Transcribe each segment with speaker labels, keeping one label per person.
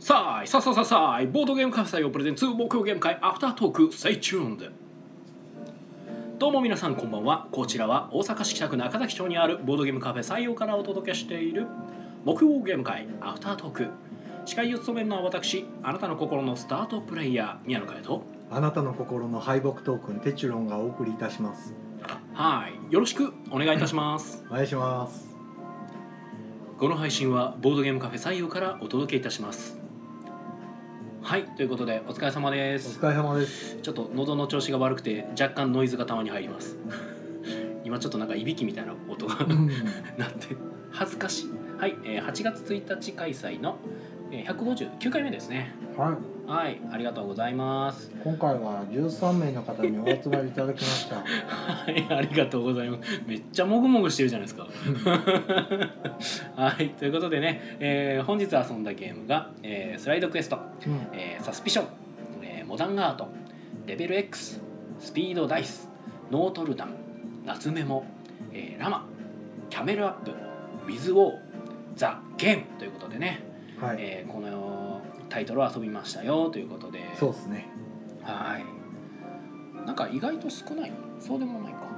Speaker 1: さあいさあさあさあさあいボードゲームカフェ採用プレゼンツ木曜ゲーム会アフタートーク Stay tuned どうも皆さんこんばんはこちらは大阪市北区中崎町にあるボードゲームカフェ採用からお届けしている木曜ゲーム会アフタートーク司会を務めるのは私あなたの心のスタートプレイヤー宮野佳代と
Speaker 2: あなたの心の敗北トークンテチュロンがお送りいたします
Speaker 1: はいよろしくお願いいたします
Speaker 2: お願いします
Speaker 1: この配信はボードゲームカフェ採用からお届けいたしますはいということでお疲れ様で
Speaker 2: お
Speaker 1: す
Speaker 2: 疲れ様です
Speaker 1: ちょっと喉の調子が悪くて若干ノイズがたまに入ります 今ちょっとなんかいびきみたいな音が
Speaker 2: うん
Speaker 1: なって恥ずかしいはい、えー8月1日開催のえー159回目ですね
Speaker 2: は
Speaker 1: はいありがとうございます
Speaker 2: い今回は13名の方にお集まりいただきました
Speaker 1: はいありがとうございますめっちゃもぐもぐしてるじゃないですか はいということでね、えー本日遊んだゲームが、えースライドクエスト
Speaker 2: うん
Speaker 1: えーサスピション、えーモダンアートレベル X スピードダイスノートルダム夏メモ、えーラマキャメルアップウィズ・ウォーザ・ゲームということでね、
Speaker 2: はい、
Speaker 1: えーこのタイトルを遊びましたよということで
Speaker 2: そうですね
Speaker 1: はいなんか意外と少ないそうでもないか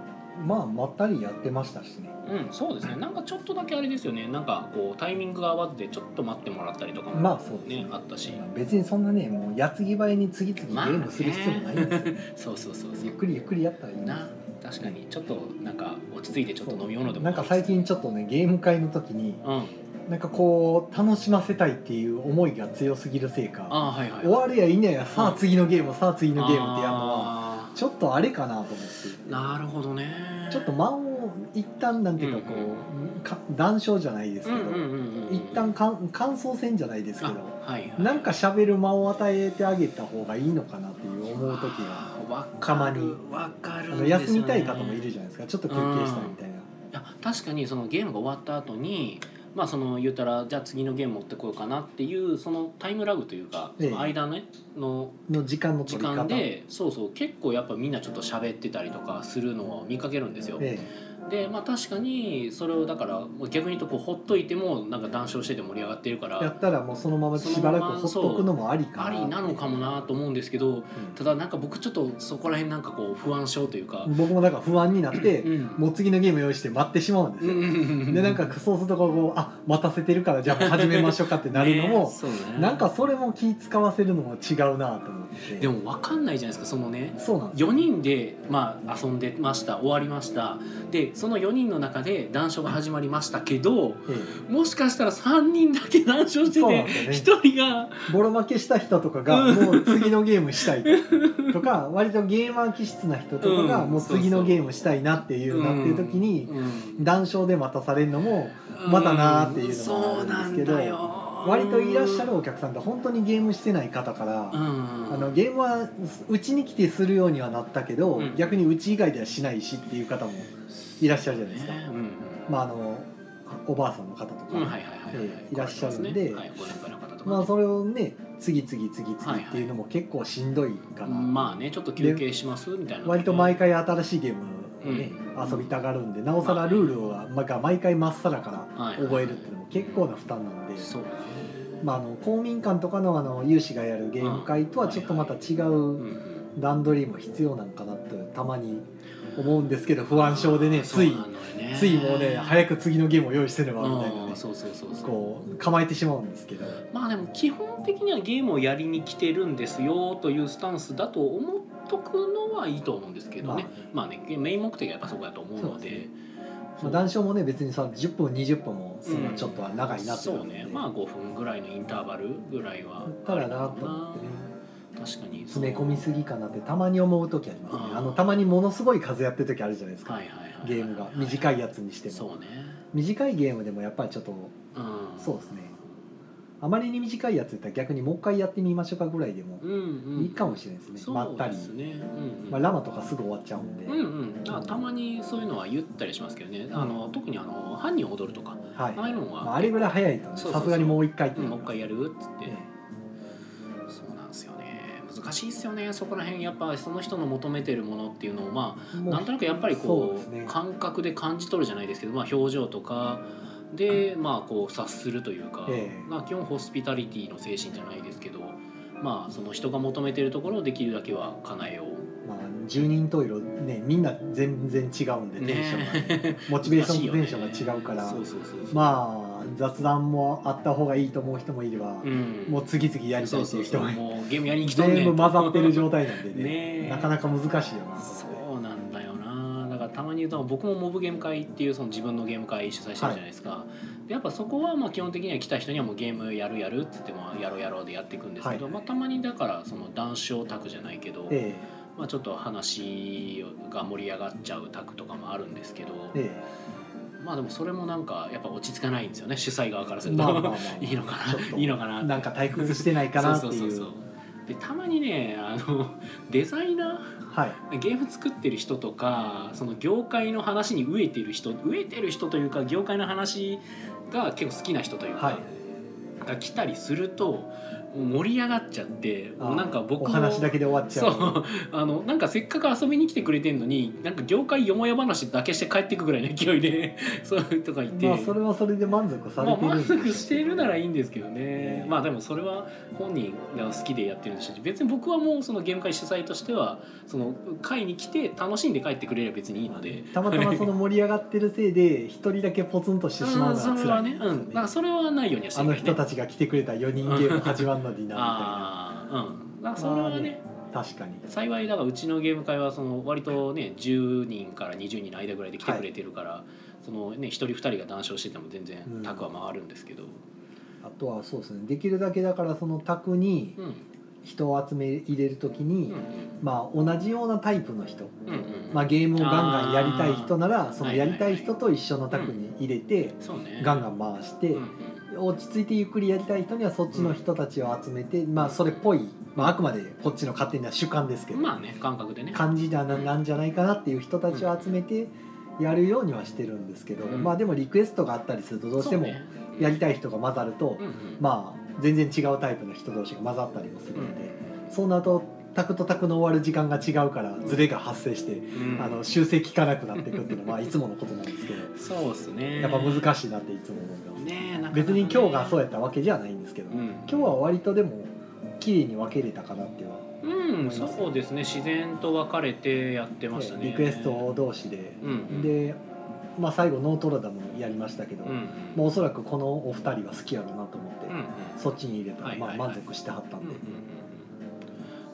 Speaker 2: まあまったりやってましたしね
Speaker 1: うんそうですねなんかちょっとだけあれですよねなんかこうタイミングが合わずでちょっと待ってもらったりとかも、
Speaker 2: まあそうです
Speaker 1: ね
Speaker 2: ね
Speaker 1: あったし
Speaker 2: 別にそんなねもう矢継ぎ早に次々ゲームする必要もないん です
Speaker 1: そ
Speaker 2: よ、
Speaker 1: うそうそうそう
Speaker 2: ゆっくりゆっくりやったらいいんです
Speaker 1: な確かにちょっとなんか落ち着いてちょっと飲み物でも
Speaker 2: なんか最近ちょっとねゲーム会の時に
Speaker 1: うんあ
Speaker 2: なんかこう楽しませたいっていう思いが強すぎるせいか
Speaker 1: あはいはい
Speaker 2: 終わるやいないやさあ次のゲームさあ次のゲームってやるのは
Speaker 1: あ
Speaker 2: ちょっとあれかなと思って
Speaker 1: ーなるほどね
Speaker 2: ちょっと間を一旦なんていうかこう、か談笑じゃないです
Speaker 1: う
Speaker 2: け
Speaker 1: んう
Speaker 2: ど、
Speaker 1: んうんうん
Speaker 2: 一旦かん感想戦じゃないですけ
Speaker 1: あ
Speaker 2: ど
Speaker 1: はいはい
Speaker 2: なんか喋る間を与えてあげた方がいいのかなっていう思う時が
Speaker 1: あーわ
Speaker 2: た
Speaker 1: か
Speaker 2: ま
Speaker 1: る
Speaker 2: に
Speaker 1: わか
Speaker 2: あ
Speaker 1: るん
Speaker 2: の
Speaker 1: ですよね
Speaker 2: 休みたい方もいるじゃないですかちょっと休憩したいみたいな、
Speaker 1: いや確かにそのゲームが終わった後にまあその言うたらじゃあ次のゲーム持ってこようかなっていうそのタイムラグというか、
Speaker 2: ええ
Speaker 1: その間ねの
Speaker 2: の時間の
Speaker 1: 時
Speaker 2: 取り方
Speaker 1: 間でそうそう結構やっぱみんなちょっと喋ってたりとかするのを見かけるんですよ。
Speaker 2: え
Speaker 1: でまあ確かにそれをだから逆に言うとこうほっといてもなんか談笑してて盛り上がってるか
Speaker 2: え、や
Speaker 1: ら
Speaker 2: ったらもうそのまましばらくほっとくのもありかな
Speaker 1: ありなのかもなと思うんですけどただなんか僕ちょっとそこら辺なんかこう不安症というか
Speaker 2: うん、僕もだから不安になって、
Speaker 1: うん
Speaker 2: もう次のゲーム用意して待ってしまうんですよ、でなんかそうするとこうあ待たせてるからじゃあ始めましょうかってなるの
Speaker 1: ね
Speaker 2: も、
Speaker 1: そうね
Speaker 2: なんかそれも気使わせるのも違うなと思って
Speaker 1: でも分かんないじゃないですかそのね
Speaker 2: そうなんですよ
Speaker 1: 4人で、まあ、遊んでました終わりましたでその4人の中で談笑が始まりましたけど
Speaker 2: え
Speaker 1: もしかしたら3人だけ談笑し
Speaker 2: え
Speaker 1: て
Speaker 2: そうなん
Speaker 1: て
Speaker 2: ですよね
Speaker 1: 1人が
Speaker 2: ボロ負けした人とかが
Speaker 1: うん
Speaker 2: もう次のゲームしたい ととか割とゲーマー気質な人とかが
Speaker 1: うん
Speaker 2: もう次のゲームしたいなっていうなっていう時に
Speaker 1: うん
Speaker 2: 談笑で待たされるのもまだなーっていうのもある
Speaker 1: そう
Speaker 2: んですけど
Speaker 1: なんだよ
Speaker 2: 割といらっしゃるお客さんって本当にゲームしてない方から
Speaker 1: うん
Speaker 2: あのゲームはうちに来てするようにはなったけど、
Speaker 1: うん
Speaker 2: 逆にうち以外ではしないしっていう方もいらっしゃるじゃないですか、
Speaker 1: ねうん
Speaker 2: まああのおばあさんの方とか、
Speaker 1: うんはいはいはいは
Speaker 2: ええいらっしゃるんで
Speaker 1: はいご年配の方とかね
Speaker 2: まあそれをね次々次々っていうのも結構しんどいかな、
Speaker 1: まあねちょっと休憩しますみたいな
Speaker 2: 割と毎回新しいゲームをね、
Speaker 1: うん
Speaker 2: 遊びたがるんでなおさらルールは、まあ、毎回まっさらから
Speaker 1: はいはい
Speaker 2: 覚えるっていうのも結構な負担なんで、
Speaker 1: そうね
Speaker 2: まあ、あの公民館とかのあの有志がやるゲーム会とはちょっとまた違う
Speaker 1: うんうん
Speaker 2: 段取りも必要なんかなってたまに思うんですけど不安症でねつい
Speaker 1: そうなのよね
Speaker 2: ついもうね早く次のゲームを用意してればみたいな
Speaker 1: う
Speaker 2: ね
Speaker 1: んそうそうそうそう
Speaker 2: こう構えてしまうんですけど
Speaker 1: まあでも基本的にはゲームをやりに来てるんですよというスタンスだと思っとくのはいいと思うんですけどね、まあ、ねメイン目的はやっぱそこだと思うので
Speaker 2: そうですまあ談笑もね別にさ10分20分もそのちょっとは長いなって
Speaker 1: そうねまあ5分ぐらいのインターバルぐらいは
Speaker 2: たらなと思ってね
Speaker 1: 確かに
Speaker 2: 詰め込みすぎかなってたまに思う時あります
Speaker 1: うん
Speaker 2: ねあのたまにものすごい数やってる時あるじゃないですか
Speaker 1: はいはいはい
Speaker 2: ゲームが短いやつにしても
Speaker 1: そうね
Speaker 2: 短いゲームでもやっぱりちょっと
Speaker 1: うん
Speaker 2: そうですねあまりに短いやつやったら逆にもう一回やってみましょうかぐらいでも
Speaker 1: うんうん
Speaker 2: いいかもしれないですね、ま
Speaker 1: そ
Speaker 2: っ
Speaker 1: う
Speaker 2: た
Speaker 1: で
Speaker 2: り、
Speaker 1: すねうんうん
Speaker 2: まあ、ラマとかすぐ終わっちゃうんで、
Speaker 1: うんうん、だからたまにそういうのは言ったりしますけどね、あの特にあの犯人を踊るとか、
Speaker 2: はい、
Speaker 1: ああいうのは、
Speaker 2: まあ、あれぐらい早いとね
Speaker 1: そうそうそう
Speaker 2: さすがにもう一回って
Speaker 1: う
Speaker 2: い
Speaker 1: ん
Speaker 2: う
Speaker 1: も
Speaker 2: の
Speaker 1: う
Speaker 2: は
Speaker 1: 一回やるっつって、
Speaker 2: え
Speaker 1: そうなんですよね難しいっすよねそこら辺やっぱその人の求めてるものっていうのをま
Speaker 2: え
Speaker 1: あなんとなくやっぱりこ
Speaker 2: そう
Speaker 1: う
Speaker 2: ですね
Speaker 1: 感覚で感じ取るじゃないですけど、まあ、表情とかでまあこう察するというか、
Speaker 2: ええ
Speaker 1: まあ、基本ホスピタリティの精神じゃないですけどまあその人が求めてるところをできるだけは叶えよう
Speaker 2: まあ、10人十色ねみんな全然違うんでテンションが、
Speaker 1: ね
Speaker 2: モチベーシ
Speaker 1: 難しい
Speaker 2: ョ
Speaker 1: よ
Speaker 2: ン
Speaker 1: ね
Speaker 2: テンションが違うから、
Speaker 1: そうそうそうそう
Speaker 2: まあ雑談もあった方がいいと思う人もいれば、
Speaker 1: うん、
Speaker 2: もう次々やりた
Speaker 1: そ
Speaker 2: いうって
Speaker 1: そ
Speaker 2: いうう
Speaker 1: そ
Speaker 2: 人
Speaker 1: う
Speaker 2: も
Speaker 1: もうゲームやりに来とんねん
Speaker 2: 全部混ざってる状態なんでね
Speaker 1: ねえ
Speaker 2: なかなか難しいよな
Speaker 1: そ
Speaker 2: こ
Speaker 1: うなんだよなだからたまに言うと僕もモブゲーム会っていうその自分のゲーム会主催してるじゃないですか、でやっぱそこはまあ基本的には来た人にはもうゲームやるやるって言ってもやろうやろうでやっていくんですけど、
Speaker 2: はい
Speaker 1: まあ、たまにだからその談笑卓じゃないけど、
Speaker 2: れえ
Speaker 1: まあ、ちょっと話が盛り上がっちゃう卓とかもあるんですけど、
Speaker 2: ええ
Speaker 1: まあでもそれもなんかやっぱ落ち着かないんですよね主催側からす
Speaker 2: え
Speaker 1: ると、
Speaker 2: まあまあまあ
Speaker 1: いいのか
Speaker 2: ちょっと
Speaker 1: ないいのかな
Speaker 2: なんか退屈してないかなって
Speaker 1: そうそう
Speaker 2: い
Speaker 1: そう
Speaker 2: う
Speaker 1: そうでたまにねあのデザイナー
Speaker 2: はい
Speaker 1: ゲーム作ってる人とかその業界の話に飢えてる人飢えてる人というか業界の話が結構好きな人というか、
Speaker 2: はい
Speaker 1: が来たりするともう盛り上がっちゃってもうなんか僕
Speaker 2: お
Speaker 1: も
Speaker 2: 話だけで終わっちゃ
Speaker 1: そううあのなんかせっかく遊びに来てくれてんのになんか業界よもや話だけして帰ってくぐらいの勢いで そういうとか言って。
Speaker 2: まあそれはそれで満足さ
Speaker 1: ま
Speaker 2: れ
Speaker 1: あ、
Speaker 2: てるん
Speaker 1: 満
Speaker 2: でしょう
Speaker 1: 足しているならいいんですけどね
Speaker 2: え、え
Speaker 1: まあでもそれは本人が好きでやってるんでしょうし別に僕はもうそのゲーム会主催としてはその会に来て楽しんで帰ってくれれば別にいいので。
Speaker 2: たまたまその盛り上がってるせいで一人だけポツンとしてしまう
Speaker 1: うん
Speaker 2: のは
Speaker 1: それは
Speaker 2: 辛
Speaker 1: ね
Speaker 2: い、
Speaker 1: うん、だからそれはないようにはして
Speaker 2: あの人
Speaker 1: ね。
Speaker 2: たちが来てくれた4人ゲーム始まるのにな
Speaker 1: ああ、うん、だからそれはね、
Speaker 2: みたいな確かに
Speaker 1: 幸いだからうちのゲーム会はその割とね10人から20人の間ぐらいで来てくれてるから、そのね一人二人が談笑してても全然
Speaker 2: うん
Speaker 1: 卓は回るんですけど、
Speaker 2: あとはそうですねできるだけだからその宅に
Speaker 1: うん、
Speaker 2: 人を集め入れる時
Speaker 1: う
Speaker 2: に、
Speaker 1: ん、
Speaker 2: まあ同じようなタイプの人、
Speaker 1: うん、うん、
Speaker 2: まあ、ゲームをガンガンやりたい人ならその
Speaker 1: はいは
Speaker 2: や
Speaker 1: い
Speaker 2: りたい人と一緒の宅に入れて、
Speaker 1: そうね、
Speaker 2: ガンガン回して、
Speaker 1: うんうん
Speaker 2: 落ち着いてゆっくりやりたい人にはそっちの人たちを集めて、まあそれっぽい、まあ、あくまでこっちの勝手な主観ですけど、
Speaker 1: まあね感覚でね
Speaker 2: 感じななんじゃないかなっていう人たちを集めてやるようにはしてるんですけど、
Speaker 1: うん
Speaker 2: まあでもリクエストがあったりするとどうしてもやり
Speaker 1: い、
Speaker 2: たい人が混ざると、
Speaker 1: うんうん
Speaker 2: まあ全然違うタイプの人同士が混ざったりもするので、そうなるとタクとタクの終わる時間が違うからズレが発生して、
Speaker 1: うん
Speaker 2: あの修正効かなくなっていくっていう のはまあいつものことなんですけど、
Speaker 1: そうっすね
Speaker 2: やっぱ難しいなっていつも思います。
Speaker 1: ねえなかなかね
Speaker 2: 別に今日がそうやったわけじゃないんですけど、
Speaker 1: うん
Speaker 2: 今日は割とでも綺麗に分けれたかなっていうのは
Speaker 1: うんそうですね自然と分かれてやってましたね
Speaker 2: リクエスト同士で、
Speaker 1: うんうん
Speaker 2: で、まあ、最後ノートラダムやりましたけど、
Speaker 1: うん
Speaker 2: まあ、おそらくこのお二人は好きやろうなと思って、
Speaker 1: うんうん
Speaker 2: そっちに入れたら、
Speaker 1: はい
Speaker 2: ま
Speaker 1: は
Speaker 2: あ、
Speaker 1: いはい
Speaker 2: 満足してはった
Speaker 1: うん
Speaker 2: ん
Speaker 1: うん
Speaker 2: で、
Speaker 1: うん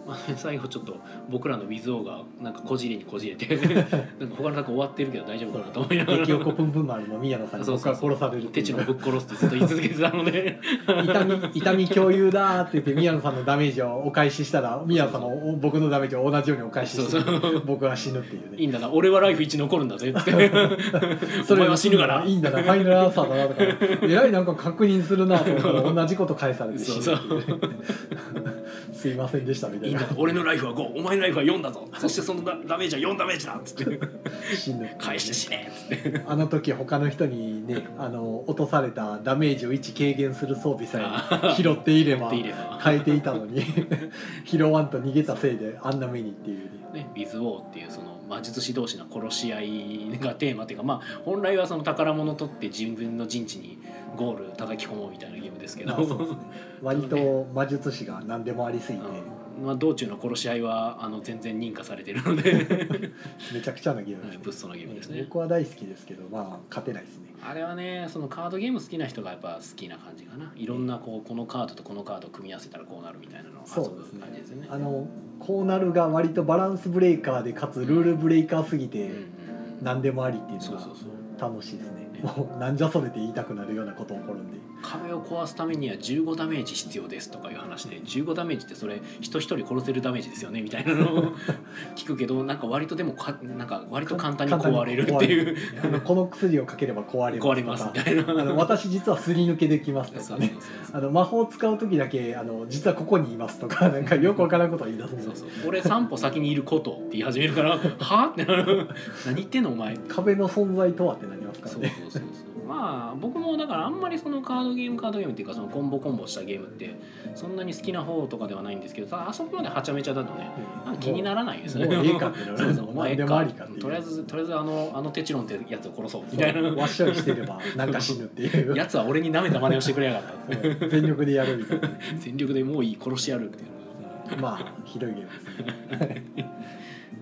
Speaker 1: まあね最後ちょっと僕らのウィズオーがなんかこじれにこじれ てなんか他の作終わってるけど大丈夫かなと思いながら
Speaker 2: 激 おこぷんぷん丸の宮野さんに
Speaker 1: そう
Speaker 2: 僕
Speaker 1: そう
Speaker 2: は
Speaker 1: そう
Speaker 2: 殺されるって
Speaker 1: 手
Speaker 2: い
Speaker 1: ち
Speaker 2: う
Speaker 1: のぶっ殺すってずっと言い続けてたので
Speaker 2: 痛み痛み共有だーって言って宮野さんのダメージをお返ししたら宮野さんもお僕のダメージを同じようにお返しして
Speaker 1: そうそう
Speaker 2: 僕は死ぬっていう
Speaker 1: いい
Speaker 2: ね
Speaker 1: んだな俺はライフ1残るんだぜってお前は死ぬから
Speaker 2: いいんだなファイナルアンサーだなとかえらいなんか確認するなと思ったら同じこと返されて死ぬっていうねすいませんでしたみた
Speaker 1: い
Speaker 2: い
Speaker 1: いん
Speaker 2: な
Speaker 1: だ俺のライフは5お前のライフは4だぞそしてそのダダメージは4ダメージだっつって
Speaker 2: 死ぬ
Speaker 1: 返して死ねっつって
Speaker 2: あの時他の人にねあの落とされたダメージを1軽減する装備さえ拾っていれば
Speaker 1: っていれば
Speaker 2: 変えていたのに拾わんと逃げたせいであんな目にっていうね
Speaker 1: ね、ウィズ・ウォーっていうその魔術師同士の殺し合いがテーマっていうか、まあ、本来はその宝物を取って自分の陣地にゴール叩き込もうみたいなゲームですけど、
Speaker 2: まあそうですね割と魔術師が何でもありすぎて
Speaker 1: うんまあ、道中の殺し合いはあの全然認可されてるので
Speaker 2: めちゃくちゃなゲーム
Speaker 1: はい
Speaker 2: で
Speaker 1: 物
Speaker 2: す
Speaker 1: 騒なゲームです
Speaker 2: ね
Speaker 1: ね。
Speaker 2: 僕は大好きですけどまあ勝てないですね
Speaker 1: あれはねそのカードゲーム好きな人がやっぱ好きな感じかないろんなこうこのカードとこのカードを組み合わせたらこうなるみたいなのを遊
Speaker 2: そうで
Speaker 1: ぶ
Speaker 2: すね
Speaker 1: 感じですよね。
Speaker 2: あのこうなるが割とバランスブレーカーでかつルールブレーカーすぎ
Speaker 1: う
Speaker 2: て
Speaker 1: んうんうん
Speaker 2: 何でもありっていう
Speaker 1: そ
Speaker 2: の
Speaker 1: う
Speaker 2: が
Speaker 1: そうそう
Speaker 2: 楽しいですね
Speaker 1: ね
Speaker 2: もうなんじゃそれって言いたくなるようなこと起こるんで
Speaker 1: 壁を壊すためには15ダメージ必要ですとかいう話で15ダメージってそれ人一人殺せるダメージですよねみたいな のを聞くけどなんか割とでもかなんか割と簡単に壊れるっていう
Speaker 2: 簡単に壊れるあのこの薬をかければ壊れますとか
Speaker 1: 壊れますみたいな。
Speaker 2: あの私実はすり抜けできますと
Speaker 1: そ
Speaker 2: か
Speaker 1: うそう
Speaker 2: ねあの魔法を使う時だけあの実はここにいますと かなんかよくわからんことを言い出すん
Speaker 1: そう
Speaker 2: で
Speaker 1: そう
Speaker 2: す
Speaker 1: そう俺3歩先にいることって言い始めるから「は?」ってなる「何言ってんのお前」
Speaker 2: 壁の存在とはってってなりますから
Speaker 1: そうそう
Speaker 2: ね
Speaker 1: そうそうまあ僕もだからあんまりそのカードゲームカードゲームっていうかそのコンボコンボしたゲームってそんなに好きな方とかではないんですけどただあそこまではちゃめちゃだとねなんか気にならないですね
Speaker 2: もうええかってなる
Speaker 1: そうそうもうええ
Speaker 2: 何でも
Speaker 1: か
Speaker 2: ありかっていう
Speaker 1: とりあえずとりあえずあのあのテチロンってやつを殺そうみ
Speaker 2: みた
Speaker 1: た
Speaker 2: い
Speaker 1: い
Speaker 2: な
Speaker 1: な
Speaker 2: わっしょいしてればなんか死ぬっていう
Speaker 1: やつは俺に舐めた真似をしてくれやがった
Speaker 2: そう全力でやるみたいな
Speaker 1: 全力でもういい殺してやるっていう
Speaker 2: まあひどいゲームですね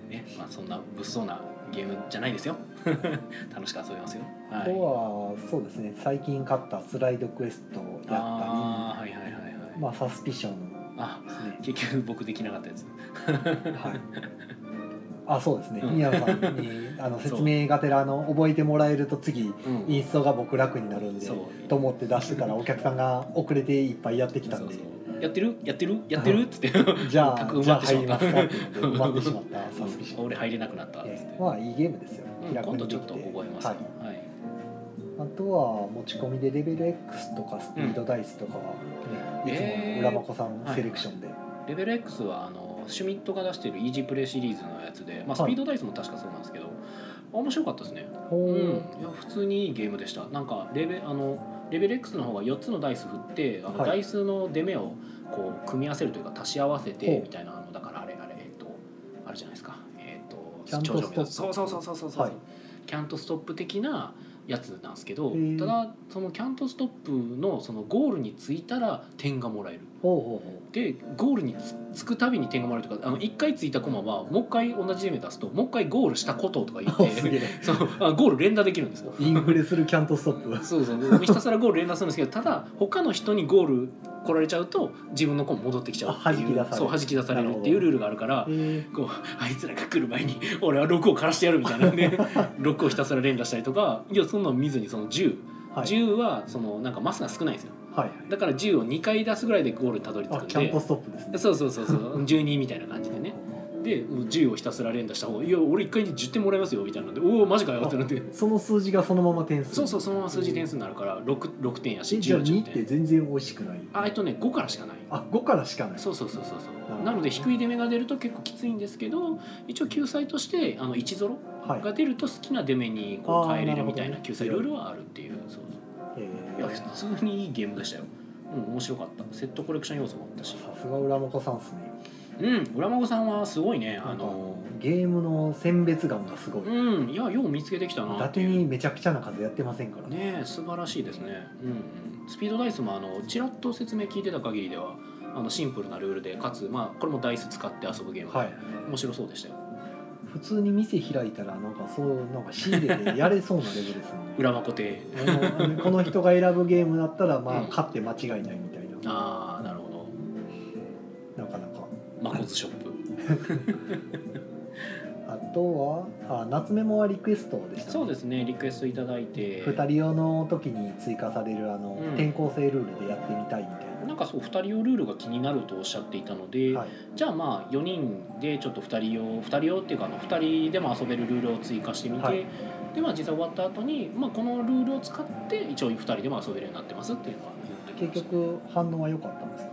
Speaker 1: ねまあそんな物騒なゲームじゃないですよ 楽しく遊べますよ
Speaker 2: あ
Speaker 1: はい
Speaker 2: とはそうですね最近買ったスライドクエストをやっ
Speaker 1: あーはいはいはいはい
Speaker 2: たりまあサスピション
Speaker 1: あ
Speaker 2: ですね
Speaker 1: 結局僕できなかったやつ
Speaker 2: はいあそうですね
Speaker 1: うん
Speaker 2: 宮野さんにあの説明がてらの覚えてもらえると次
Speaker 1: うん
Speaker 2: インストが僕楽になるんで
Speaker 1: そう
Speaker 2: と思って出してたらお客さんが遅れていっぱいやってきた
Speaker 1: そ
Speaker 2: ん
Speaker 1: う
Speaker 2: で
Speaker 1: そうやってるやってるやってるっつっ て
Speaker 2: じゃ
Speaker 1: 全
Speaker 2: あ
Speaker 1: く埋
Speaker 2: じゃ
Speaker 1: まっ
Speaker 2: あ
Speaker 1: てし
Speaker 2: 入
Speaker 1: ま
Speaker 2: り
Speaker 1: っ
Speaker 2: ま
Speaker 1: た
Speaker 2: すかっていうので埋まってしまったサスピション
Speaker 1: 俺入れなくなったっつっ
Speaker 2: え
Speaker 1: て
Speaker 2: えまあいいゲームですよ
Speaker 1: うん
Speaker 2: 気楽
Speaker 1: 今
Speaker 2: に
Speaker 1: 度ち
Speaker 2: で
Speaker 1: ょ
Speaker 2: き
Speaker 1: ってと覚えます
Speaker 2: はい
Speaker 1: はい
Speaker 2: あとは持ち込みでレベル X とかスピードダイスとかは、ね
Speaker 1: えー
Speaker 2: いつもの浦真子さん
Speaker 1: はい
Speaker 2: セレクションで、
Speaker 1: レベル X はあのシュミットが出してるイージープレイシリーズのやつで、まあ、ス
Speaker 2: はい
Speaker 1: ピードダイスも確かそうなんですけど、面白かったですね、
Speaker 2: ほ
Speaker 1: う、
Speaker 2: うん
Speaker 1: いや普通にいいゲームでしたなんかレベあのレベル X の方が4つのダイス振ってあの、
Speaker 2: はい
Speaker 1: ダイスの出目をこう組み合わせるというか足し合わせ
Speaker 2: ほ
Speaker 1: て
Speaker 2: う
Speaker 1: みたいなあのだからあれあれえっとあれじゃないですかえっと
Speaker 2: キャント
Speaker 1: 頂
Speaker 2: ストップ
Speaker 1: 上目指すそうそうそうそうそうそう、
Speaker 2: はい
Speaker 1: キャントストップ的なやつなんですけど
Speaker 2: へー
Speaker 1: ただそのキャントストップのそのゴールに着いたら点がもらえる
Speaker 2: ほ
Speaker 1: でゴールにつつくたびに点が回るとかあの1回ついたコマはもう1回同じ目出すともう1回ゴールしたこととか言
Speaker 2: うほう ほうす
Speaker 1: って
Speaker 2: げえ
Speaker 1: そうあゴール連打できるんですよ。
Speaker 2: インフレするキャントストップ
Speaker 1: そうそうひたすらゴール連打するんですけどただ他の人にゴール来られちゃうと自分のコマ戻ってきちゃうっていう
Speaker 2: あ弾き出される
Speaker 1: そう弾き出されるっていうルールがあるから
Speaker 2: えー
Speaker 1: こうあいつらが来る前に俺は6を枯らしてやるみたいなんで 6をひたすら連打したりとかいやそんなの見ずにその10、
Speaker 2: はい、
Speaker 1: 10はそのなんかマスが少ないんですよ
Speaker 2: はいはい
Speaker 1: だから10を2回出すぐらいでゴールにたどり着く
Speaker 2: あ
Speaker 1: ん
Speaker 2: キャン
Speaker 1: で
Speaker 2: トストップですね
Speaker 1: そうそうそうそう12みたいな感じでねで10をひたすら連打した方が「いや俺1回に10点もらえますよ」みたいなので「おおマジかよ」ってなって
Speaker 2: その数字がそのまま点数
Speaker 1: そうそうそのまま数字点数になるから 6, 6点やし
Speaker 2: えじゃあ
Speaker 1: 10
Speaker 2: 2
Speaker 1: 10
Speaker 2: って
Speaker 1: 点
Speaker 2: 全然美味しくない
Speaker 1: あえっとね5からしかない
Speaker 2: あ5からしかない
Speaker 1: そうそうそうそうそう
Speaker 2: ほど
Speaker 1: なので低い出目が出ると結構きついんですけど一応救済としてあの1ゾロ
Speaker 2: はい、
Speaker 1: が出ると好きな出目にこ
Speaker 2: あ
Speaker 1: う
Speaker 2: ー
Speaker 1: 変えれるみたいな
Speaker 2: なるほどね
Speaker 1: 救済ルールはあるっていうそう
Speaker 2: え
Speaker 1: そういや
Speaker 2: ー
Speaker 1: 普通にいいゲームでしたようん面白かったセットコレクション要素もあったし
Speaker 2: さすが浦本さんですね
Speaker 1: うん浦孫さんはすごいねあ
Speaker 2: なんか
Speaker 1: の
Speaker 2: ゲームの選別眼がすごい、
Speaker 1: うん、いや、よう見つけてきた
Speaker 2: 伊
Speaker 1: なって
Speaker 2: 達
Speaker 1: い
Speaker 2: に
Speaker 1: う。
Speaker 2: めちゃくちゃな数やってませんからね
Speaker 1: ねえ、素晴らしいですね。うん、うん、スピードダイスも、あの、ちらっと説明聞いてた限りでは。あの、シンプルなルールで、かつ、まあ、これもダイス使って遊ぶゲームで。
Speaker 2: はい
Speaker 1: 面白そうでしたよ。
Speaker 2: 普通に店開いたらなんかそうなんか仕入れでやれそうなレベルですよ ね
Speaker 1: 裏箱亭。
Speaker 2: あのこの人が選ぶゲームだったらま
Speaker 1: う
Speaker 2: あ
Speaker 1: ん
Speaker 2: 勝って間違いないみたいな
Speaker 1: ああ、なるほど。
Speaker 2: なかなか
Speaker 1: マコズショップ。
Speaker 2: あとはあ夏メモはリクエストでした、ね、
Speaker 1: そうですね、リクエストいただいて。
Speaker 2: 2人用の時に追加されるあの、
Speaker 1: うん
Speaker 2: 転校生ルールでやってみたいみたい
Speaker 1: なんかそう2人用ルールが気になるとおっしゃっていたので、
Speaker 2: な、はい、
Speaker 1: じゃあまあ4人でちょっと2人用2人用っていうかあの2人でも遊べるルールを追加してみて、
Speaker 2: はい
Speaker 1: でまあ実際終わった後にまあ、このルールを使って一応2人でも遊べるようになってますっていうのは言ってきま
Speaker 2: 結
Speaker 1: した
Speaker 2: 局反応は良かったんですか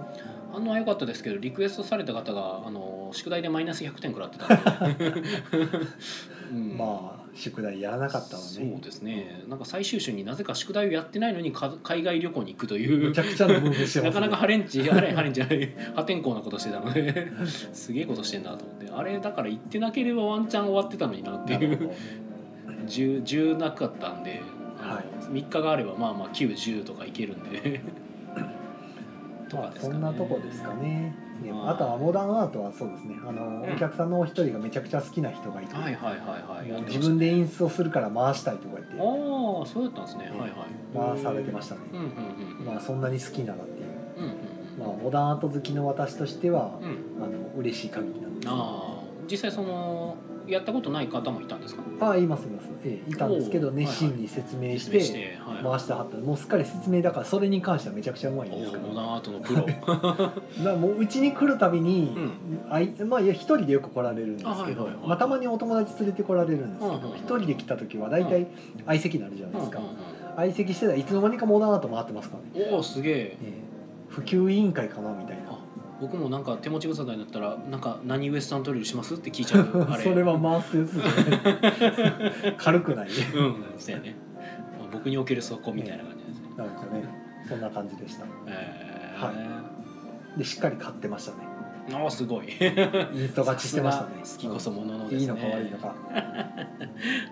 Speaker 1: あの良かったですけどリクエストされた方があの宿題でマイナス100点食らってたんで、うん
Speaker 2: まあ宿題やらなかったの
Speaker 1: そ
Speaker 2: ね
Speaker 1: うですねなんか最終週になぜか宿題をやってないのにか海外旅行に行くという
Speaker 2: めちゃくちゃなムーブしてます、ね、
Speaker 1: なかなかハレンチあれハレンチじゃない破天荒なことしてたので すげえことしてんなと思ってあれだから行ってなければワンチャン終わってたのになってい
Speaker 2: なるほ
Speaker 1: う
Speaker 2: ど
Speaker 1: 10 10なかったんで、
Speaker 2: はい
Speaker 1: 3日があればまあまあ910とかいけるんでと
Speaker 2: ま
Speaker 1: か
Speaker 2: あ、
Speaker 1: です
Speaker 2: そ
Speaker 1: かね
Speaker 2: んなとこですかね。で
Speaker 1: まあ
Speaker 2: あとはモダンアートはそうですね。あの、
Speaker 1: うん
Speaker 2: お客さんのお一人がめちゃくちゃ好きな人がいて、
Speaker 1: はいはいはいはいやってました
Speaker 2: 自分で演出をするから回したいとか言って
Speaker 1: ああそうやったんですね、はいはい
Speaker 2: 回されてましたね。
Speaker 1: うんうんうん
Speaker 2: まあそんなに好きならっていう。
Speaker 1: うんうん
Speaker 2: まあモダンアート好きの私としては、
Speaker 1: うんうん
Speaker 2: あの嬉しい限りなんです。
Speaker 1: ああ実際そのやったことない方もいたんですか
Speaker 2: ああいますいます。ええいたんですけ
Speaker 1: お
Speaker 2: ど
Speaker 1: うはいはい
Speaker 2: 熱心に説明し
Speaker 1: 説
Speaker 2: て。
Speaker 1: 明して、はい、
Speaker 2: 回してはったもうすっかり説明だからそれに関してはめちゃくちゃうまい
Speaker 1: お
Speaker 2: ですか
Speaker 1: ー
Speaker 2: ら
Speaker 1: モダンアートのプロ
Speaker 2: だからもううちに来るたびに、
Speaker 1: う
Speaker 2: あいまあいや一人でよく来られるんです
Speaker 1: あは
Speaker 2: け
Speaker 1: い
Speaker 2: ど、
Speaker 1: はいはい
Speaker 2: まあ、たまにお友達連れて来られるんですけ
Speaker 1: うんうんうん
Speaker 2: ど一、人で来た時は大体相席になるじゃないですか、
Speaker 1: うんうんうん
Speaker 2: 相席してたらいつの間にかモダンアート回ってますからね、
Speaker 1: おおすげえ
Speaker 2: ええ普及委員会かなみたいな
Speaker 1: あ僕もなんか手持ち無沙汰になったらなんか何ウエスタントリルしますって聞いちゃ うあれ
Speaker 2: それは回すやつじゃない 軽くないね
Speaker 1: うんそうやね、まあ、僕におけるそこみたいな感じですね、
Speaker 2: なんかねそんな感じでした
Speaker 1: え
Speaker 2: でしっかり買ってましたね
Speaker 1: ーあーすごい
Speaker 2: インスト勝ちしてましたね
Speaker 1: さすが好きこそもののですね
Speaker 2: いいのか悪いのか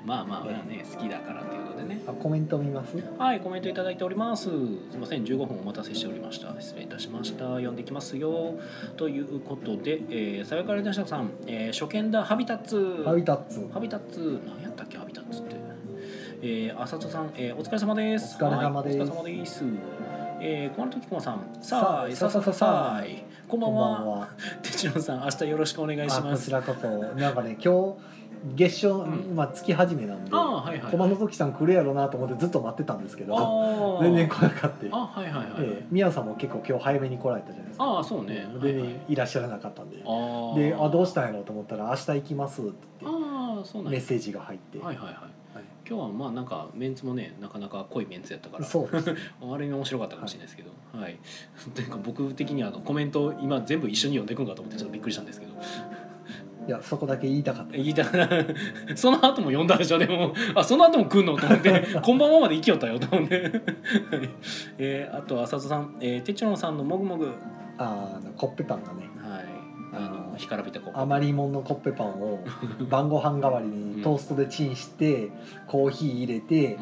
Speaker 1: まあまあまあね好きだからっていうのでね
Speaker 2: あコメント見ます
Speaker 1: はいコメントいただいておりますすいません15分お待たせしておりました失礼いたしました読んできますよということで、えー、さよから電車さん、えー初見だハビタッツ
Speaker 2: ハビタッツ
Speaker 1: ハビタッツ何やったっけハビタッツって。えー、浅田さん、えー、お疲れ様です。
Speaker 2: お疲れ様で
Speaker 1: はい
Speaker 2: す
Speaker 1: お疲れ様です。えー、この時こまさん、
Speaker 2: さ
Speaker 1: さ
Speaker 2: あ
Speaker 1: あ、さあさあさあさあ、こんば
Speaker 2: こ
Speaker 1: ん
Speaker 2: んば
Speaker 1: は。
Speaker 2: んは
Speaker 1: てちのさん、明日よろしくお願いし
Speaker 2: あ
Speaker 1: ま
Speaker 2: こち
Speaker 1: す。
Speaker 2: らこそなんかね今日月初、
Speaker 1: うん
Speaker 2: まあ月始めなんで
Speaker 1: ああ、はいはい。
Speaker 2: 駒の時さん来るやろなと思ってずっと待ってたんですけど
Speaker 1: ああ、
Speaker 2: 全然来なかった
Speaker 1: あ、はいはいはい。
Speaker 2: ええ宮野さんも結構今日早めに来られたじゃないですか
Speaker 1: ああ、そうね。
Speaker 2: で、
Speaker 1: はいはい
Speaker 2: いらっしゃらなかったんで
Speaker 1: ああ。
Speaker 2: であどう
Speaker 1: し
Speaker 2: したんやろうと思ったら「明日行きます」って言っ
Speaker 1: ああ、そうな
Speaker 2: て
Speaker 1: んで
Speaker 2: メッ
Speaker 1: す。
Speaker 2: セージが入って、
Speaker 1: はいはいはい。
Speaker 2: はい
Speaker 1: 今日はまあなんかメンツもねなかなか濃いメンツやったから
Speaker 2: そうですね
Speaker 1: あれ面白かったかもしれないですけど、はい というか僕的にはあのコメントを今全部一緒に読んでいくんかと思ってちょっとびっくりしたんですけど
Speaker 2: いやそこだけ言いたかった
Speaker 1: 言いた その後も読んだでしょでも あその後も来んのと思って 「こんばんは」まで生きよったよと思って、はいえーあと浅田さん、えー、テチロンさんの「もぐもぐ」はい
Speaker 2: あーあのコッペパンがね
Speaker 1: あの干からびたコッ
Speaker 2: 余りもんのコッペパンを晩ご飯代わりにトーストでチンして、コーヒー入れて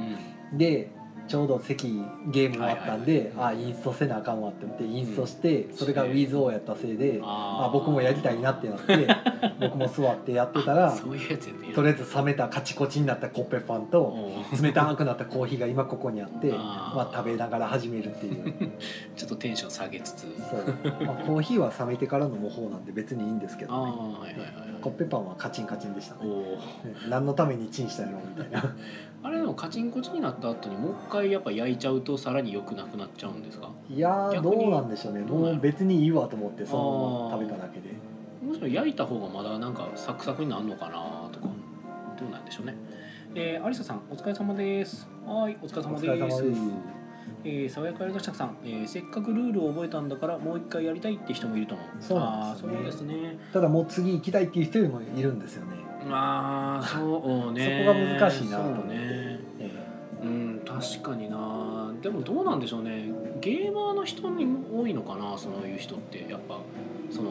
Speaker 1: プ、う、ん、
Speaker 2: でちょうど席ゲーム終わったんで、
Speaker 1: はいはいはい
Speaker 2: あインストせなあかんわって思ってインストして、それが
Speaker 1: ええ
Speaker 2: WizO やったせいで、
Speaker 1: あー
Speaker 2: あ僕もやりたいなってなって 僕も座ってやってたら
Speaker 1: そういうやつやね
Speaker 2: とりあえず冷めたカチコチになったコッペパンと。
Speaker 1: おう
Speaker 2: 冷たくなったコーヒーが今ここにあって
Speaker 1: あー
Speaker 2: まあ、食べながら始めるっていう
Speaker 1: ちょっとテンション下げつつ
Speaker 2: そう、まあ、コーヒーは冷めてから飲む方なんで別にいいんですけ
Speaker 1: ああ
Speaker 2: ど、ね、
Speaker 1: はいはいはい
Speaker 2: コッペパンはカチンカチンでしたね
Speaker 1: おお
Speaker 2: ね何のためにチンしたんやろみたいな
Speaker 1: あれでもカチンコチンになった後にもう一回やっぱ焼いちゃうとさらに良くなくなっちゃうんですか
Speaker 2: いやー
Speaker 1: 逆に
Speaker 2: どうなんでしょうねもう別にいいわと思ってそのまま食べただけで
Speaker 1: むしろ焼いた方がまだなんかサクサクになるのかなとかどうなんでしょうねえー、アリサさんお疲れ様ですはいお疲れ様
Speaker 2: お疲れ
Speaker 1: で
Speaker 2: 様
Speaker 1: す
Speaker 2: です
Speaker 1: えー、爽やかやりだしたさん、えー、せっかくルールを覚えたんだからもう一回やりたいって人もいると思う
Speaker 2: そうなんですよね
Speaker 1: あーそうですね
Speaker 2: ただもう次行きたいっていう人もいるんですよね、
Speaker 1: ああそうね
Speaker 2: そこが難しいなと思って
Speaker 1: そうね
Speaker 2: え
Speaker 1: うん確かになでもどうなんでしょうねゲーマーの人に多いのかなそういう人ってやっぱその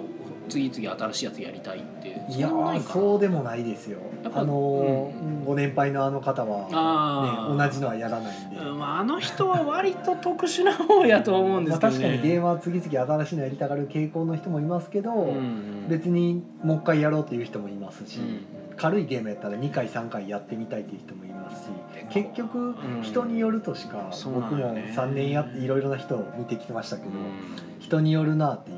Speaker 1: 次々新しいやつやりたいって
Speaker 2: えいや
Speaker 1: んなな
Speaker 2: ー
Speaker 1: いかな
Speaker 2: そうでもないですよ
Speaker 1: やっぱ
Speaker 2: あのー
Speaker 1: うん
Speaker 2: ご年配のあの方は、
Speaker 1: あ
Speaker 2: ね、
Speaker 1: ー
Speaker 2: 同じのはやらないんで、
Speaker 1: うんまああの人は割と特殊な方やと思うんで
Speaker 2: まあ、
Speaker 1: すけど、ね
Speaker 2: 確かにゲームは次々新しいのやりたがる傾向の人もいますけど、
Speaker 1: うんうん
Speaker 2: 別にもう一回やろうという人もいますし、
Speaker 1: うん
Speaker 2: 軽いゲームやったら2回3回やってみたいという人もいますし
Speaker 1: 結構
Speaker 2: 結局
Speaker 1: うん
Speaker 2: 人によるとしか、
Speaker 1: そうな
Speaker 2: 僕
Speaker 1: んよ
Speaker 2: も
Speaker 1: ね
Speaker 2: 3年やっていろいろな人を見てきてましたけ
Speaker 1: う
Speaker 2: ど、
Speaker 1: ん
Speaker 2: 人によるなっていう、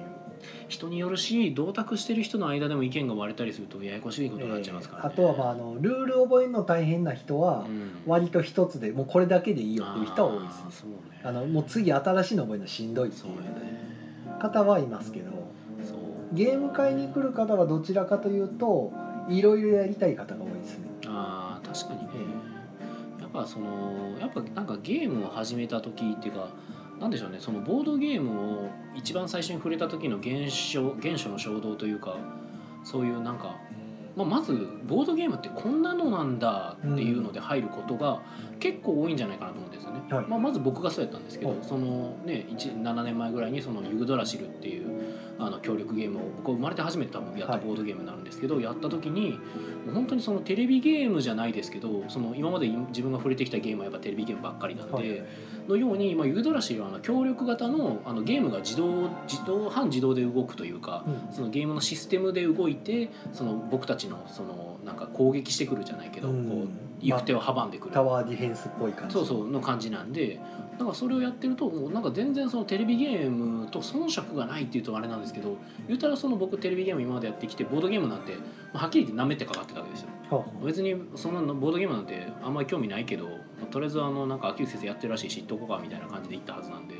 Speaker 1: 人によるし同卓してる人の間でも意見が割れたりするとややこしいことになっちゃいますから、ね
Speaker 2: あとはまああのルール覚えるの大変な人は
Speaker 1: うん
Speaker 2: 割と一つでもうこれだけでいいよっていう人は多いです
Speaker 1: あーそうね
Speaker 2: あのもう次新しいの覚えるのしんどいって
Speaker 1: そう
Speaker 2: い
Speaker 1: よ
Speaker 2: う
Speaker 1: ね
Speaker 2: 方はいますけど。
Speaker 1: そう
Speaker 2: ゲーム会に来る方はどちらかというといろいろやりたい方が多いですね
Speaker 1: あー確かにね、やっぱそのやっぱなんかゲームを始めた時っていうかなんでしょうねそのボードゲームを一番最初に触れた時の現象現象の衝動というかそういうなんか、まあ、まずボードゲームってこんなのなんだっていうので入ることが結構多いんじゃないかなと思うんですよね、
Speaker 2: はい
Speaker 1: まあ、まず僕がそうやったんですけど、
Speaker 2: はい
Speaker 1: そのね1 7年前ぐらいにそのユグドラシルっていうあの協力ゲームを僕は生まれて初めて多分やった
Speaker 2: はい
Speaker 1: ボードゲームになるんですけど、やった時にもう本当にそのテレビゲームじゃないですけどその今まで自分が触れてきたゲームはやっぱテレビゲームばっかりなんで、
Speaker 2: はい
Speaker 1: のように、まあ、ユグドラシルはあの協力型のあのゲームが自動自動半自動で動くというか。
Speaker 2: うん
Speaker 1: そのゲームのシステムで動いてその僕たちのそのなんか攻撃してくるじゃないけど、
Speaker 2: うん
Speaker 1: こう行く手を阻んでくる、
Speaker 2: タワーディフェンスっぽい感じ
Speaker 1: そうそうの感じなんでだからそれをやってるともうなんか全然そのテレビゲームと遜色がないっていうとあれなんですけど言うたらその僕テレビゲーム今までやってきてボードゲームなんてまあはっきり言って舐めてかかってたわけですよ
Speaker 2: は
Speaker 1: 別にそんなのボードゲームなんてあんまり興味ないけどまあとりあえずあのなんか秋吉先生やってるらしいし行っとこうかみたいな感じで行ったはずなんで。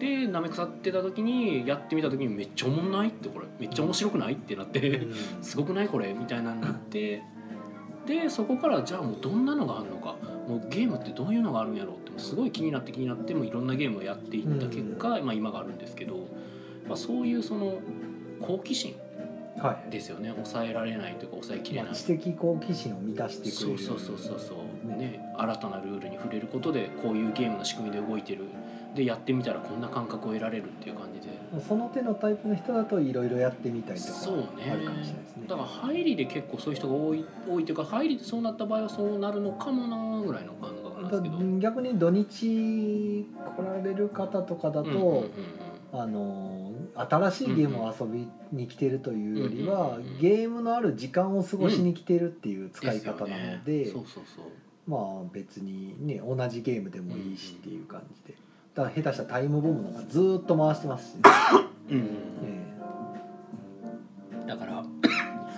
Speaker 1: で舐め腐ってた時にやってみた時にめっちゃおもんないってこれめっちゃ面白くないってなっ
Speaker 2: あ
Speaker 1: て
Speaker 2: うん
Speaker 1: すごくないこれみたいなのになってでそこからじゃあもうどんなのがあるのかもうゲームってどういうのがあるんやろうってもうすごい気になって気になってもういろんなゲームをやっていった結果、まあ、今があるんですけどまあ、そういうその好奇心
Speaker 2: はい
Speaker 1: ですよね抑えられないというか抑えきれ
Speaker 2: ま
Speaker 1: な
Speaker 2: あ、
Speaker 1: い
Speaker 2: 知的好奇心を満たしてく
Speaker 1: そ
Speaker 2: れ
Speaker 1: う
Speaker 2: る
Speaker 1: そうそうそうそう、
Speaker 2: ね
Speaker 1: ね、新たなルールに触れることでこういうゲームの仕組みで動いてるでやってみたらこんな感覚を得られるっていう感じで
Speaker 2: その手のタイプの人だといろいろやってみたりとか
Speaker 1: そうね
Speaker 2: あるかもしれないですね
Speaker 1: だから入りで結構そういう人が多い多いというか入りでそうなった場合はそうなるのかもなぐらいの感覚なんですけど。うん
Speaker 2: 逆に土日来られる方とかだと、
Speaker 1: うんうんうん
Speaker 2: あの新しいゲームを遊びに来てるというよりは、
Speaker 1: うんうんうん
Speaker 2: ゲームのある時間を過ごしに来てるっていう使い方なので、
Speaker 1: すよねそうそうそう
Speaker 2: まあ別にね同じゲームでもいいしっていう感じでだから下手したらタイムボムなんかずーっと回してますしね、
Speaker 1: うん
Speaker 2: え
Speaker 1: だから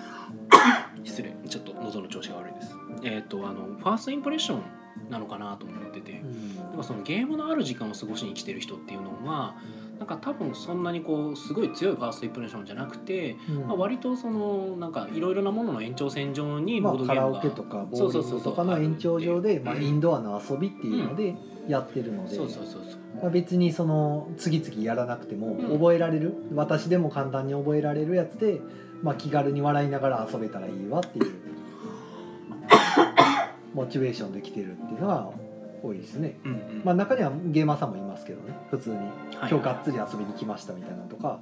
Speaker 1: 失礼ちょっと喉の調子が悪いですえっ、とあのファーストインプレッションなのかなと思ってて、
Speaker 2: えうん
Speaker 1: なんかそのゲームのある時間を過ごしに来てる人っていうのはなんか多分そんなにこうすごい強いファーストインプレッションじゃなくて、
Speaker 2: うん
Speaker 1: まあ、割とそのなんかいろいろなものの延長線上に
Speaker 2: ま
Speaker 1: ボ
Speaker 2: あ
Speaker 1: ードゲ
Speaker 2: カ
Speaker 1: ームが、
Speaker 2: ラオケとかボーリングとかの延長上で、まあ、インドアの遊びっていうのでやってるので、
Speaker 1: そうそうそうそう
Speaker 2: まあ、別にその次々やらなくて
Speaker 1: う
Speaker 2: も
Speaker 1: ん
Speaker 2: 覚えられる、私でも簡単に覚えられるやつで、まあ、気軽に笑いながら遊べたらいいわ っていうモチベーションできてるっていうのが多いですね。
Speaker 1: うんうん
Speaker 2: まあ、中にはゲーマーさんもいますけどね普通に
Speaker 1: はい
Speaker 2: 今日がっつり遊びに来ましたみたいなのとか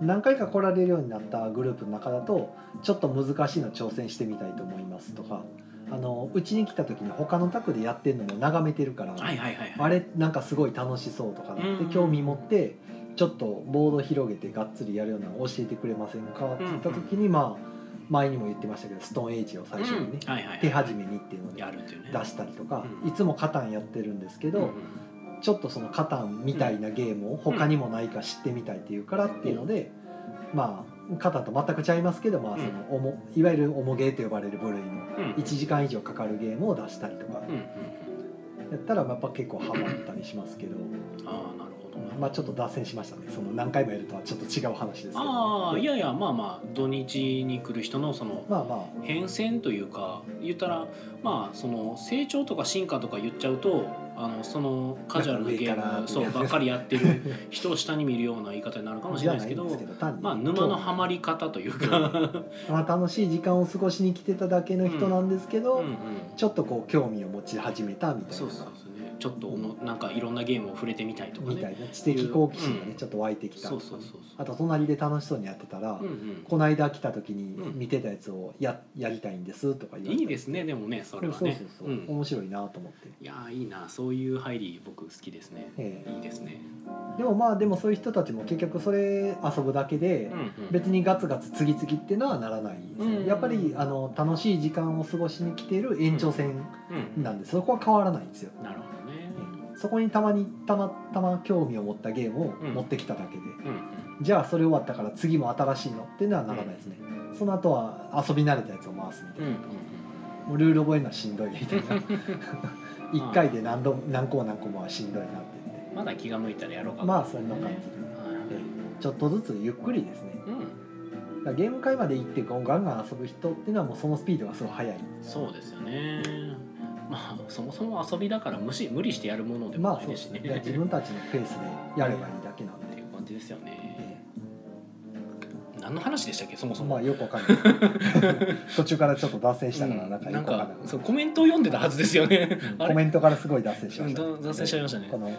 Speaker 2: 何回か来られるようになったグループの中だとちょっと難しいの挑戦してみたいと思いますとかあのうちに来た時に他の宅でやってるのも眺めてるから、
Speaker 1: はいはいはいはい
Speaker 2: あれなんかすごい楽しそうとかなって
Speaker 1: うん
Speaker 2: 興味持ってちょっとボード広げてがっつりやるようなの教えてくれませんかって言った時にまあ前にも言ってましたけどストーンエイジを最初にね
Speaker 1: うんはいはいはい
Speaker 2: 手始めにっていうので
Speaker 1: やるっていうね
Speaker 2: 出したりとか
Speaker 1: うん
Speaker 2: いつもカタンやってるんですけ
Speaker 1: うんう
Speaker 2: ど
Speaker 1: ん
Speaker 2: ちょっとそのカタンみたいなゲームを他にもないか知ってみたいっていうからっていうのでまあカタンと全く違いますけどまあそのおもいわゆる重ゲーと呼ばれる部類の
Speaker 1: うん
Speaker 2: 1時間以上かかるゲームを出したりとか
Speaker 1: うんうん
Speaker 2: やったらやっぱ結構ハマったりしますけど。
Speaker 1: うんああなるほどな、
Speaker 2: まあちょっと脱線しましたね。その何回もやるとはちょっと違う話ですけど、
Speaker 1: ああいやいやまあまあ土日に来る人のその
Speaker 2: まあま
Speaker 1: 変遷というか言ったらまあその成長とか進化とか言っちゃうとあのそのカジュアルなゲ
Speaker 2: なんか
Speaker 1: ー
Speaker 2: 上から
Speaker 1: ムそうばっかりやってる人を下に見るような言い方になるかも
Speaker 2: あ
Speaker 1: し
Speaker 2: じ
Speaker 1: れ
Speaker 2: ゃ
Speaker 1: な
Speaker 2: あ
Speaker 1: いで
Speaker 2: な
Speaker 1: す
Speaker 2: い
Speaker 1: けど
Speaker 2: んですけど、単に
Speaker 1: まあ沼のハマり方というか
Speaker 2: まあ楽しい時間を過ごしに来てただけの人なんですけ
Speaker 1: う
Speaker 2: ど、
Speaker 1: んうん
Speaker 2: ちょっとこう興味を持ち始めたみたいな。
Speaker 1: そうそうですねちょっとおもなんかいろんなゲームを触れてみたいとか
Speaker 2: みた
Speaker 1: ね
Speaker 2: いな知的好奇心がね、
Speaker 1: うん
Speaker 2: ちょっと湧いてきたとか
Speaker 1: そ
Speaker 2: ね
Speaker 1: うそうそうそう
Speaker 2: あと隣で楽しそうにやってたら、
Speaker 1: うんうん
Speaker 2: この間来た時に
Speaker 1: うん
Speaker 2: 見てたやつをややりたいんですとか言われて
Speaker 1: いいですねでもねそれは
Speaker 2: そう
Speaker 1: ね
Speaker 2: そうそう、
Speaker 1: うん
Speaker 2: 面白いなと思って、
Speaker 1: いやーいいなそういう入り僕好きですね
Speaker 2: え
Speaker 1: いいですね
Speaker 2: えでもまあでもそういう人たちも結局それ遊ぶだけで、
Speaker 1: うんうん
Speaker 2: 別にガツガツ次々っていうのはならないですね、
Speaker 1: うん
Speaker 2: やっぱりあの楽しい時間を過ごしに来ている延長線
Speaker 1: うん
Speaker 2: なんで、そこは変わらないんですよ、
Speaker 1: なるほどね
Speaker 2: そこにたまにたまたま興味を持ったゲームを
Speaker 1: うん
Speaker 2: 持ってきただけで、
Speaker 1: うんうん
Speaker 2: じゃあそれ終わったから次も新しいのっていうのはならないですね、その後は遊び慣れたやつを回すみた
Speaker 1: う
Speaker 2: い
Speaker 1: ん
Speaker 2: な、
Speaker 1: うん
Speaker 2: もうルール覚えるのはしんどいみた いな
Speaker 1: うん
Speaker 2: 一回で何度も何個も何個もはしんどいなって言って
Speaker 1: うんまだ気が向いたらやろうか
Speaker 2: まあそんな感じで、
Speaker 1: はい
Speaker 2: ええちょっとずつゆっくりですね
Speaker 1: うん、
Speaker 2: だからゲーム会まで行ってこうガンガン遊ぶ人っていうのはもうそのスピードがすごい速い
Speaker 1: そうですよね。まあそもそも遊びだから無視無理してやるものでも
Speaker 2: まあ
Speaker 1: ない
Speaker 2: そう
Speaker 1: で
Speaker 2: ですす
Speaker 1: し
Speaker 2: ね
Speaker 1: ね。
Speaker 2: いや自分たちのペースでやればいいだけなん
Speaker 1: って
Speaker 2: で
Speaker 1: い、う感じですよね。
Speaker 2: え
Speaker 1: 何の話でしたっけそも
Speaker 2: え
Speaker 1: そ
Speaker 2: ま
Speaker 1: も。
Speaker 2: あよく わかんないです途中からちょっと脱線したからなんか
Speaker 1: うん
Speaker 2: よ
Speaker 1: なん
Speaker 2: くわか
Speaker 1: か
Speaker 2: んない、
Speaker 1: そうコメントを読んでたはずですよね
Speaker 2: うん。
Speaker 1: あ
Speaker 2: コ
Speaker 1: れ
Speaker 2: メントからすごい脱線しました、
Speaker 1: うん脱線しちゃいましたね
Speaker 2: この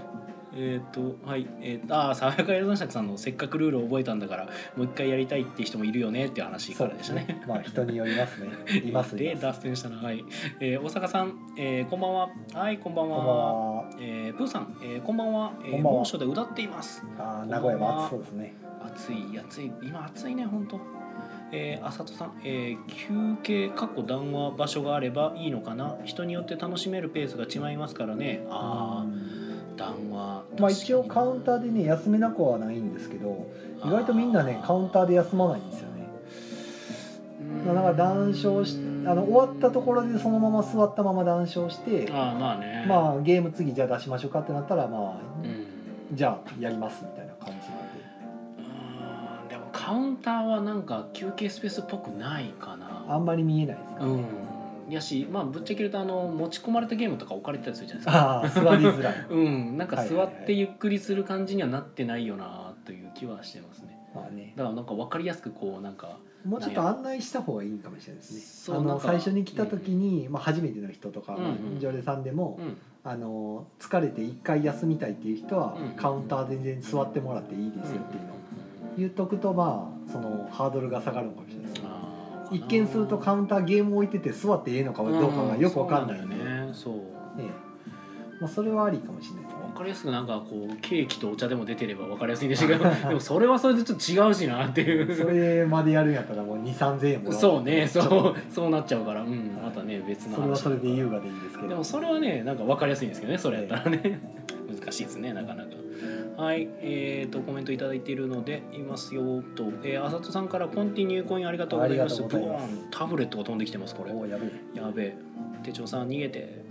Speaker 1: えっ、とはいえーとああ爽やかやどんしゃくさんのせっかくルールを覚えたんだからもう一回やりたいって人もいるよねっていう話からでしたね。
Speaker 2: まあ人によ りますねいますい
Speaker 1: で
Speaker 2: ます
Speaker 1: 脱線したなはい、えー、大阪さん、えー、こんばんははいこんばん
Speaker 2: こん
Speaker 1: は
Speaker 2: ばんは
Speaker 1: えー、プーさん、えー、こんばんは,、えー、
Speaker 2: こんばんは
Speaker 1: 猛暑でうだっています
Speaker 2: あー名古屋も暑そうですね
Speaker 1: 暑い暑い今暑いね本当えー、あさとさん、えー休憩かっこ談話場所があればいいのかな人によって楽しめるペースが違いますからねあ
Speaker 2: うん
Speaker 1: あ談話
Speaker 2: まあ一応カウンターでね休めなくはないんですけど意外とみんなねカウンターで休まないんですよねまあなんか談笑しあの終わったところでそのまま座ったまま談笑して
Speaker 1: あーまあね
Speaker 2: まあゲーム次じゃあ出しましょうかってなったらまあ、
Speaker 1: うん
Speaker 2: じゃあやりますみたいな感じなんで
Speaker 1: うんでもカウンターはなんか休憩スペースっぽくないかな
Speaker 2: あんまり見えないですか、
Speaker 1: うんやしまあぶっちゃけるとあの持ち込まれたゲームとか置かれてたりするじゃないですか
Speaker 2: ああ座りづらい
Speaker 1: うんなんか
Speaker 2: はいはい
Speaker 1: 座
Speaker 2: はい
Speaker 1: ってゆっくりする感じにはなってないよなという気はしてますね
Speaker 2: まあね
Speaker 1: だからなんか分かりやすくこうなんか
Speaker 2: もうちょっと案内した方がいいかもしれないです
Speaker 1: そ
Speaker 2: ね
Speaker 1: う
Speaker 2: あ
Speaker 1: な
Speaker 2: の
Speaker 1: んか
Speaker 2: 最初に来た時に、まあ、初めての人とか、まあ
Speaker 1: うんうん
Speaker 2: 常連さんでも、
Speaker 1: うん
Speaker 2: あの疲れて一回休みたいっていう人は、
Speaker 1: うん
Speaker 2: カウンター全然座ってもらっていいですよっていうのを言っとくとまあそのハードルが下がるのかもしれないですね
Speaker 1: あー
Speaker 2: 一見するとカウンターゲーム置いてて座ってええのかどうかがよくわかんないんで、
Speaker 1: うそうだよねそう
Speaker 2: ええまあ、それはありかもしれないです
Speaker 1: 分
Speaker 2: ね
Speaker 1: かりやすくなんかこうケーキとお茶でも出てれば分かりやすいんでしょうけどでもそれはそれでちょっと違うしなっていう
Speaker 2: それまでやるんやったらもう2 3 0 0円もらお
Speaker 1: そうね
Speaker 2: ちょっ
Speaker 1: そ
Speaker 2: と
Speaker 1: うそうなっちゃうからうん
Speaker 2: はい
Speaker 1: またね別の
Speaker 2: それは
Speaker 1: 話
Speaker 2: それで優雅でいいですけど
Speaker 1: でもそれはねなんか分かりやすいんですけどねそれやったらね難しいですねなかなかはいえー、とコメント頂いただいているのでいますよとえーあさとさんから「コンティニューコインありがとうございます」
Speaker 2: ありが
Speaker 1: ブ
Speaker 2: とうござい
Speaker 1: ー
Speaker 2: ます
Speaker 1: ンタブレットが飛んできてますこれ
Speaker 2: おおやべえ
Speaker 1: やべえ手帳さん逃げて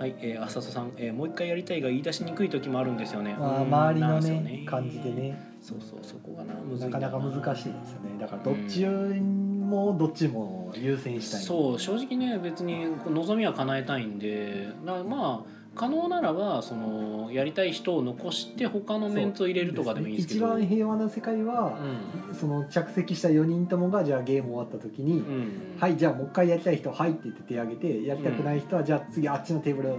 Speaker 1: はいえー、あさとさん、えーもう一回やりたいが言い出しにくい時もあるんですよね
Speaker 2: ま
Speaker 1: うん
Speaker 2: あ周り
Speaker 1: な
Speaker 2: の
Speaker 1: んすよ
Speaker 2: ね感じでね
Speaker 1: そうそうそこがなむずい
Speaker 2: なんか
Speaker 1: だ
Speaker 2: なか難しいですよねだからどっちもどっちも優先したい、
Speaker 1: そう正直ね別にこう望みは叶えたいんでなまあ可能ならばそのやりたい人を残して他のメンツを入れるとかでもいいんですけど
Speaker 2: 一番平和な世界
Speaker 1: う
Speaker 2: は、
Speaker 1: ん
Speaker 2: その着席した4人ともがじゃあゲーム終わった時に、
Speaker 1: うん
Speaker 2: はいじゃあもう一回やりたい人はいって言って手挙げてやりたくない人は、じゃあ次あっちのテーブル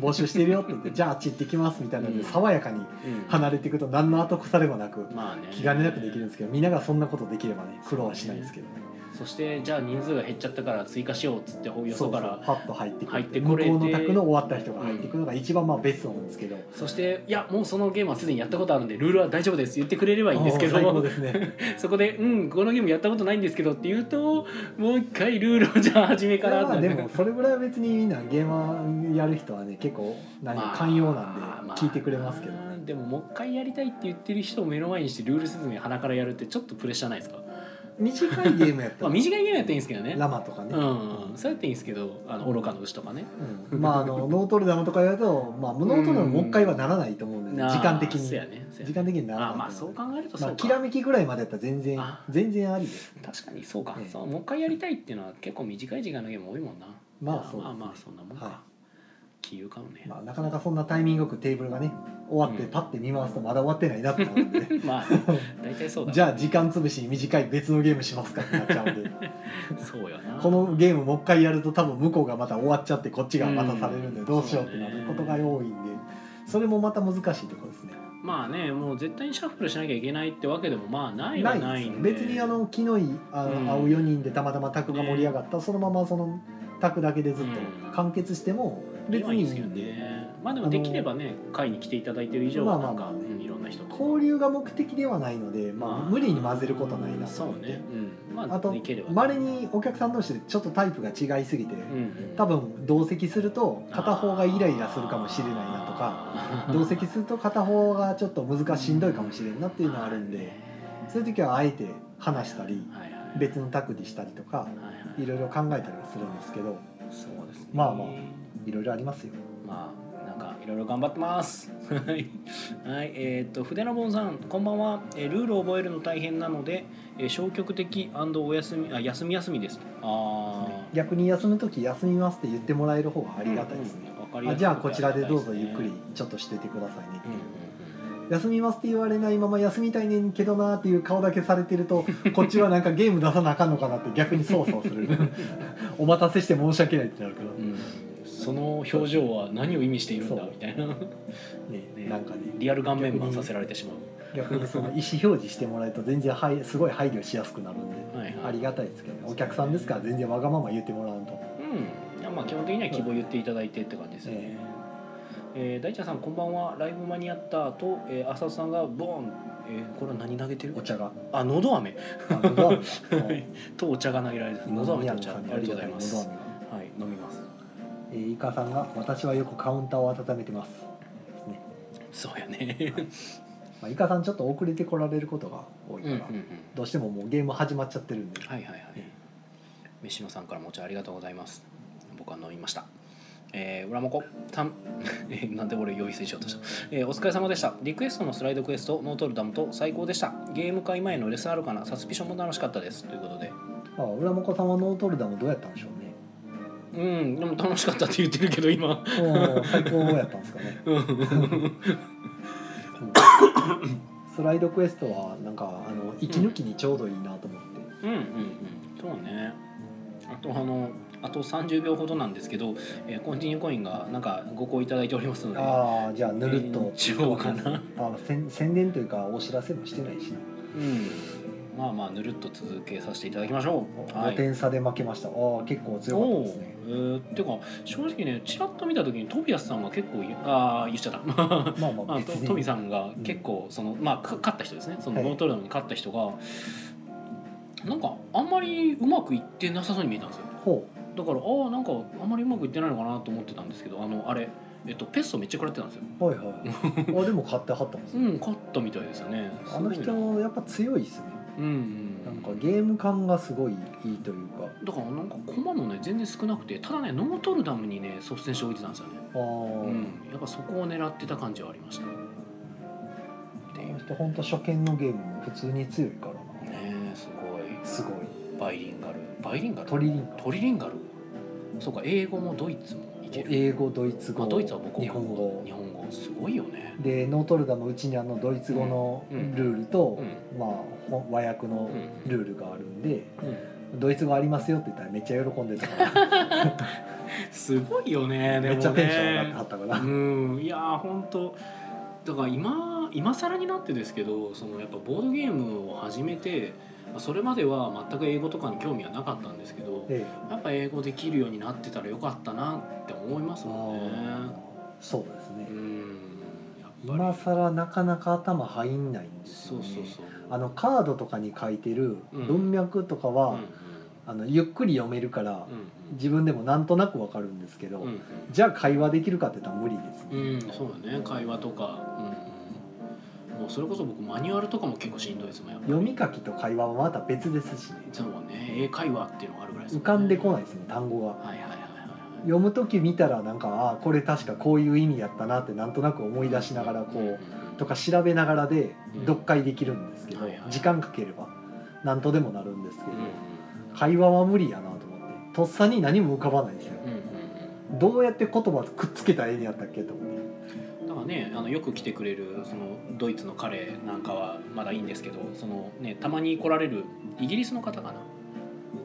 Speaker 2: 募集してるよって言 ってじゃああっち行ってきますみたいなの
Speaker 1: うん
Speaker 2: で爽やかに
Speaker 1: うん
Speaker 2: 離れていくと何の後腐れもなく
Speaker 1: まあね
Speaker 2: 気兼ねなくできるんですけどみんながそんなことできればね苦労はしないですけどね
Speaker 1: そしてじゃあ人数が減っちゃったから追加しようっつってほよ
Speaker 2: そ
Speaker 1: そう
Speaker 2: そ
Speaker 1: か
Speaker 2: う
Speaker 1: ら
Speaker 2: パッと入ってく
Speaker 1: 入
Speaker 2: る
Speaker 1: ってこ
Speaker 2: 向
Speaker 1: れ
Speaker 2: こ
Speaker 1: て
Speaker 2: うの卓の終わった人が入ってくるのが一番まあベストなんですけど、
Speaker 1: そしていやもうそのゲームはすでにやったことあるんでルールは大丈夫です言ってくれればいいんですけ
Speaker 2: おー最高
Speaker 1: ど
Speaker 2: です ね
Speaker 1: そこで「うんこのゲームやったことないんですけど」って言うともう一回ルールをじゃあ初め
Speaker 2: いや
Speaker 1: から
Speaker 2: まあでもそれぐらいは別にみんなゲーマーやる人はね結構何
Speaker 1: まあ
Speaker 2: 寛容なんで聞いてくれますけどね、
Speaker 1: まあでももう一回やりたいって言ってる人を目の前にしてルール説明鼻からやるってちょっとプレッシャーないですか、
Speaker 2: 短いゲームやった
Speaker 1: まあ、
Speaker 2: ら、
Speaker 1: 短いゲームやっていいんですけどね
Speaker 2: ラマとかね、
Speaker 1: うんそうやっていいんですけどあの愚かの牛とかね
Speaker 2: うんまああのノートルダムとかやると、まあ、ノートルダムもう一回はならないと思うんで、
Speaker 1: なあ
Speaker 2: 時間的
Speaker 1: そう
Speaker 2: に、
Speaker 1: やねそうやね
Speaker 2: 時間的になら
Speaker 1: あ
Speaker 2: ない
Speaker 1: まあ
Speaker 2: と
Speaker 1: そう
Speaker 2: 思
Speaker 1: 考えると
Speaker 2: ま
Speaker 1: そ
Speaker 2: あ
Speaker 1: う
Speaker 2: き
Speaker 1: から
Speaker 2: めきぐらいまでやったら全然
Speaker 1: あ
Speaker 2: 全然ありです
Speaker 1: 確かにそうか、
Speaker 2: ええ
Speaker 1: そうもう一回やりたいっていうのは結構短い時間のゲーム多いもんな
Speaker 2: まあそうですね
Speaker 1: まあまあそんなもんか、
Speaker 2: はい
Speaker 1: 気有かもね、
Speaker 2: まあなかなかそんなタイミングよくテーブルがね終わって
Speaker 1: うん
Speaker 2: パッて見回すとまだ終わってないなってなる んで、
Speaker 1: まあね大体そうだ
Speaker 2: じゃあ時間潰しに短い別のゲームしますかってなっちゃうんで
Speaker 1: そうよな
Speaker 2: このゲームもう一回やると多分向こうがまた終わっちゃってこっちが待たされるんで
Speaker 1: うん
Speaker 2: どうしようってなることが多いんでそれもまた難しいところですね。
Speaker 1: まあねもう絶対にシャッフルしなきゃいけないってわけでもまあないは
Speaker 2: ない
Speaker 1: ない
Speaker 2: です
Speaker 1: ん
Speaker 2: ね
Speaker 1: で
Speaker 2: 別にあの昨日あの、
Speaker 1: うん
Speaker 2: 会う4人でたまたま卓が盛り上がった、そのままその卓だけでずっ
Speaker 1: うん
Speaker 2: と完結しても別にいいんで,、
Speaker 1: ね。まあでもできればね、会に来ていただいてる以上はなんか、
Speaker 2: まあまあまあね
Speaker 1: うんいろんな人と
Speaker 2: 交流が目的ではないので、まあ
Speaker 1: まあ
Speaker 2: 無理に混ぜることはないなと
Speaker 1: そ
Speaker 2: 思っ
Speaker 1: う
Speaker 2: て、
Speaker 1: ね。うん。まあ
Speaker 2: あと
Speaker 1: できれば、
Speaker 2: まれにお客さん同士でちょっとタイプが違いすぎて、
Speaker 1: うんうん、
Speaker 2: 多分同席すると片方がイライラするかもしれないなとか
Speaker 1: か
Speaker 2: 同席すると片方がちょっと難しいしんどいかもしれんなっていうのはあるんでそういう時はあえて話したり
Speaker 1: はいはい、
Speaker 2: 別の卓にしたりとか
Speaker 1: はいはい
Speaker 2: いろいろ考えたりはするんですけど。
Speaker 1: そうですね。
Speaker 2: まあまあいろいろありますよ。
Speaker 1: まあなんかいろいろ頑張ってます。はい、はい、えーっと筆の盆さん、こんばんは。えールールを覚えるの大変なので、えー消極的お休みあ休み休みです。ああ。
Speaker 2: 逆に休む時休みますって言ってもらえる方がありがたいですね。
Speaker 1: うん。わかりや
Speaker 2: あ
Speaker 1: すい
Speaker 2: じゃあこちらでどうぞゆっく
Speaker 1: う
Speaker 2: り
Speaker 1: ん
Speaker 2: ちょっとしててくださいね、
Speaker 1: うんうん
Speaker 2: 休みますって言われないまま休みたいねんけどなーっていう顔だけされてると こっちはなんかゲーム出さなあかんのかなって逆にそうそうする お待たせして申し訳ないってなるから、
Speaker 1: うんその表情は何を意味しているんだ
Speaker 2: そう
Speaker 1: みたいな
Speaker 2: ね
Speaker 1: ね
Speaker 2: なんかね
Speaker 1: リアル顔面マンさせられてしまう
Speaker 2: 逆にその意思表示してもらえると全然はいすごい配慮しやすくなるんで、
Speaker 1: はいはい
Speaker 2: ありがたいですけどねお客さんですから全然わがまま言ってもらうと
Speaker 1: うんいやまあ基本的には希望言っていただいてって感じですよね、えー大ちゃんさんこんばんはライブ間に合ったと、えー浅田さんがボーン、えーこれは何投げてる
Speaker 2: お茶が
Speaker 1: あのど飴
Speaker 2: あ のどうも
Speaker 1: とお茶が投げられてるのど飴
Speaker 2: 宮
Speaker 1: とお
Speaker 2: 野
Speaker 1: 茶
Speaker 2: さ
Speaker 1: あ
Speaker 2: ん
Speaker 1: り
Speaker 2: に
Speaker 1: がとうござ
Speaker 2: ありがた
Speaker 1: い
Speaker 2: いの
Speaker 1: ま
Speaker 2: ど
Speaker 1: す
Speaker 2: 飴を
Speaker 1: はい飲みます
Speaker 2: えー、イカさんが「私はよくカウンターを温めてます」です
Speaker 1: そ
Speaker 2: ね、
Speaker 1: うやね
Speaker 2: まあ、イカさんちょっと遅れて来られることが多い
Speaker 1: うん
Speaker 2: か
Speaker 1: う
Speaker 2: ら、
Speaker 1: んうん
Speaker 2: どうしてももうゲーム始まっちゃってるんで、
Speaker 1: はいはいはい
Speaker 2: ね。
Speaker 1: 飯野さんからもお茶ありがとうございます。僕は飲みました。えー、裏もこさん えなんで俺呼び捨てしようとした、えーお疲れ様でしたリクエストのスライドクエストノートルダムと最高でしたゲーム会前のレスあるかなサスピションも楽しかったですということで
Speaker 2: まあ浦本さんはノートルダムどうやったんでしょうね
Speaker 1: うんでも楽しかったって言ってるけど今
Speaker 2: おー最高やったんですかね、
Speaker 1: うん
Speaker 2: うんスライドクエストはなんかあの息抜きにちょうどいいなと思っ
Speaker 1: う
Speaker 2: て、
Speaker 1: んうんうんそうねあとあのあと30秒ほどなんですけど、えーコンティニューコインがなんかご購入いただいておりますので
Speaker 2: ああじゃあぬるっと
Speaker 1: しようかな
Speaker 2: あ宣宣伝というかお知らせもしてないしな、
Speaker 1: うんまあまあぬるっと続けさせていただきましょう
Speaker 2: 5点差で負けましたああ結構強かったですね
Speaker 1: おーえーてか正直ねちらっと見た時にトビアスさんが結構ゆあー言っちゃった ま
Speaker 2: まあまあ
Speaker 1: あ
Speaker 2: 別
Speaker 1: と
Speaker 2: に
Speaker 1: トビさんが結構その、まあか勝った人ですねその
Speaker 2: はい
Speaker 1: ノートルダムに勝った人が、なんかあんまりうまくいってなさそうに見えたんですよ
Speaker 2: ほう
Speaker 1: だからああんかあんまりうまくいってないのかなと思ってたんですけどあのあれえっとペストめっちゃ食らってたんですよ
Speaker 2: は いはい。あでも買ってはったんです
Speaker 1: う
Speaker 2: ね。
Speaker 1: ん勝ったみたいですよね
Speaker 2: あの
Speaker 1: すごいな
Speaker 2: 人やっぱ強いですね。
Speaker 1: うんうん
Speaker 2: なんかゲーム感がすごいいいというか。
Speaker 1: だからなんか駒もね全然少なくてただねノートルダムにね率先して置いてたんですよね
Speaker 2: ああ、
Speaker 1: うん、やっぱそこを狙ってた感じはありましたって
Speaker 2: あ
Speaker 1: いう
Speaker 2: の
Speaker 1: ね
Speaker 2: 人本当初見のゲームも普通に強いからな。
Speaker 1: えすごい
Speaker 2: すごい。
Speaker 1: バイリンガルバイリンガル
Speaker 2: トリリンガ
Speaker 1: トリリンガルそうか英語もドイツもいける
Speaker 2: 英語、ドイツ
Speaker 1: ま
Speaker 2: 語、
Speaker 1: あ、ドイツは僕
Speaker 2: 日本語
Speaker 1: 日。本語すごいよね
Speaker 2: でノートルダムうちにあのドイツ語の
Speaker 1: うんうん
Speaker 2: ルールと、
Speaker 1: う
Speaker 2: まあほ和訳の
Speaker 1: うん
Speaker 2: ルールがあるんで、
Speaker 1: うん
Speaker 2: ドイツ語ありますよって言ったらめっちゃ喜んでた から、
Speaker 1: すごいよねでもね
Speaker 2: めっちゃテンション上がってはったから。
Speaker 1: うんいやー本当だから今今更になってですけどそのやっぱボードゲームを始めてまあそれまでは全く英語とかに興味はなかったんですけど
Speaker 2: で
Speaker 1: やっぱ英語できるようになってたらよかったなって思いますもんね
Speaker 2: ああそうですね、
Speaker 1: うんやっぱり
Speaker 2: 今更なかなか頭入んないんです
Speaker 1: そ
Speaker 2: よ、
Speaker 1: う
Speaker 2: ね、
Speaker 1: そうそう
Speaker 2: あのカードとかに書いてる
Speaker 1: うん
Speaker 2: 文脈とか
Speaker 1: うん
Speaker 2: は、
Speaker 1: うん
Speaker 2: あのゆっくり読めるから、
Speaker 1: うん
Speaker 2: 自分でもなんとなくわかるんですけど、
Speaker 1: うん
Speaker 2: じゃあ会話できるかって言ったら無理ですね、
Speaker 1: うん、うん、そうだね会話とか、うんうん、もうそれこそ僕マニュアルとかも結構しんどいですもんやっぱり
Speaker 2: 読み書きと会話はまた別ですしね
Speaker 1: そうね英会話っていうのがあるぐらいです
Speaker 2: 浮かんで
Speaker 1: ない
Speaker 2: こないですね単語が
Speaker 1: はいはいはいはいはい
Speaker 2: 読む時見たらなんかああこれ確かこういう意味やったなってなんとなく思い出しながらこう、
Speaker 1: んんん
Speaker 2: とか調べながらで
Speaker 1: うん
Speaker 2: 読解できるんですけど、
Speaker 1: はいはい
Speaker 2: 時間かければ何とでもなるんですけ
Speaker 1: う
Speaker 2: ど、
Speaker 1: んうん
Speaker 2: 会話は無理やなと思ってとっさに何も浮かばないんですよ
Speaker 1: うん
Speaker 2: どうやって言葉くっつけたらええんやったっけと思って
Speaker 1: うんうんだからねあのよく来てくれるそのドイツの彼なんかはまだいいんですけどその、ね、たまに来られるイギリスの方か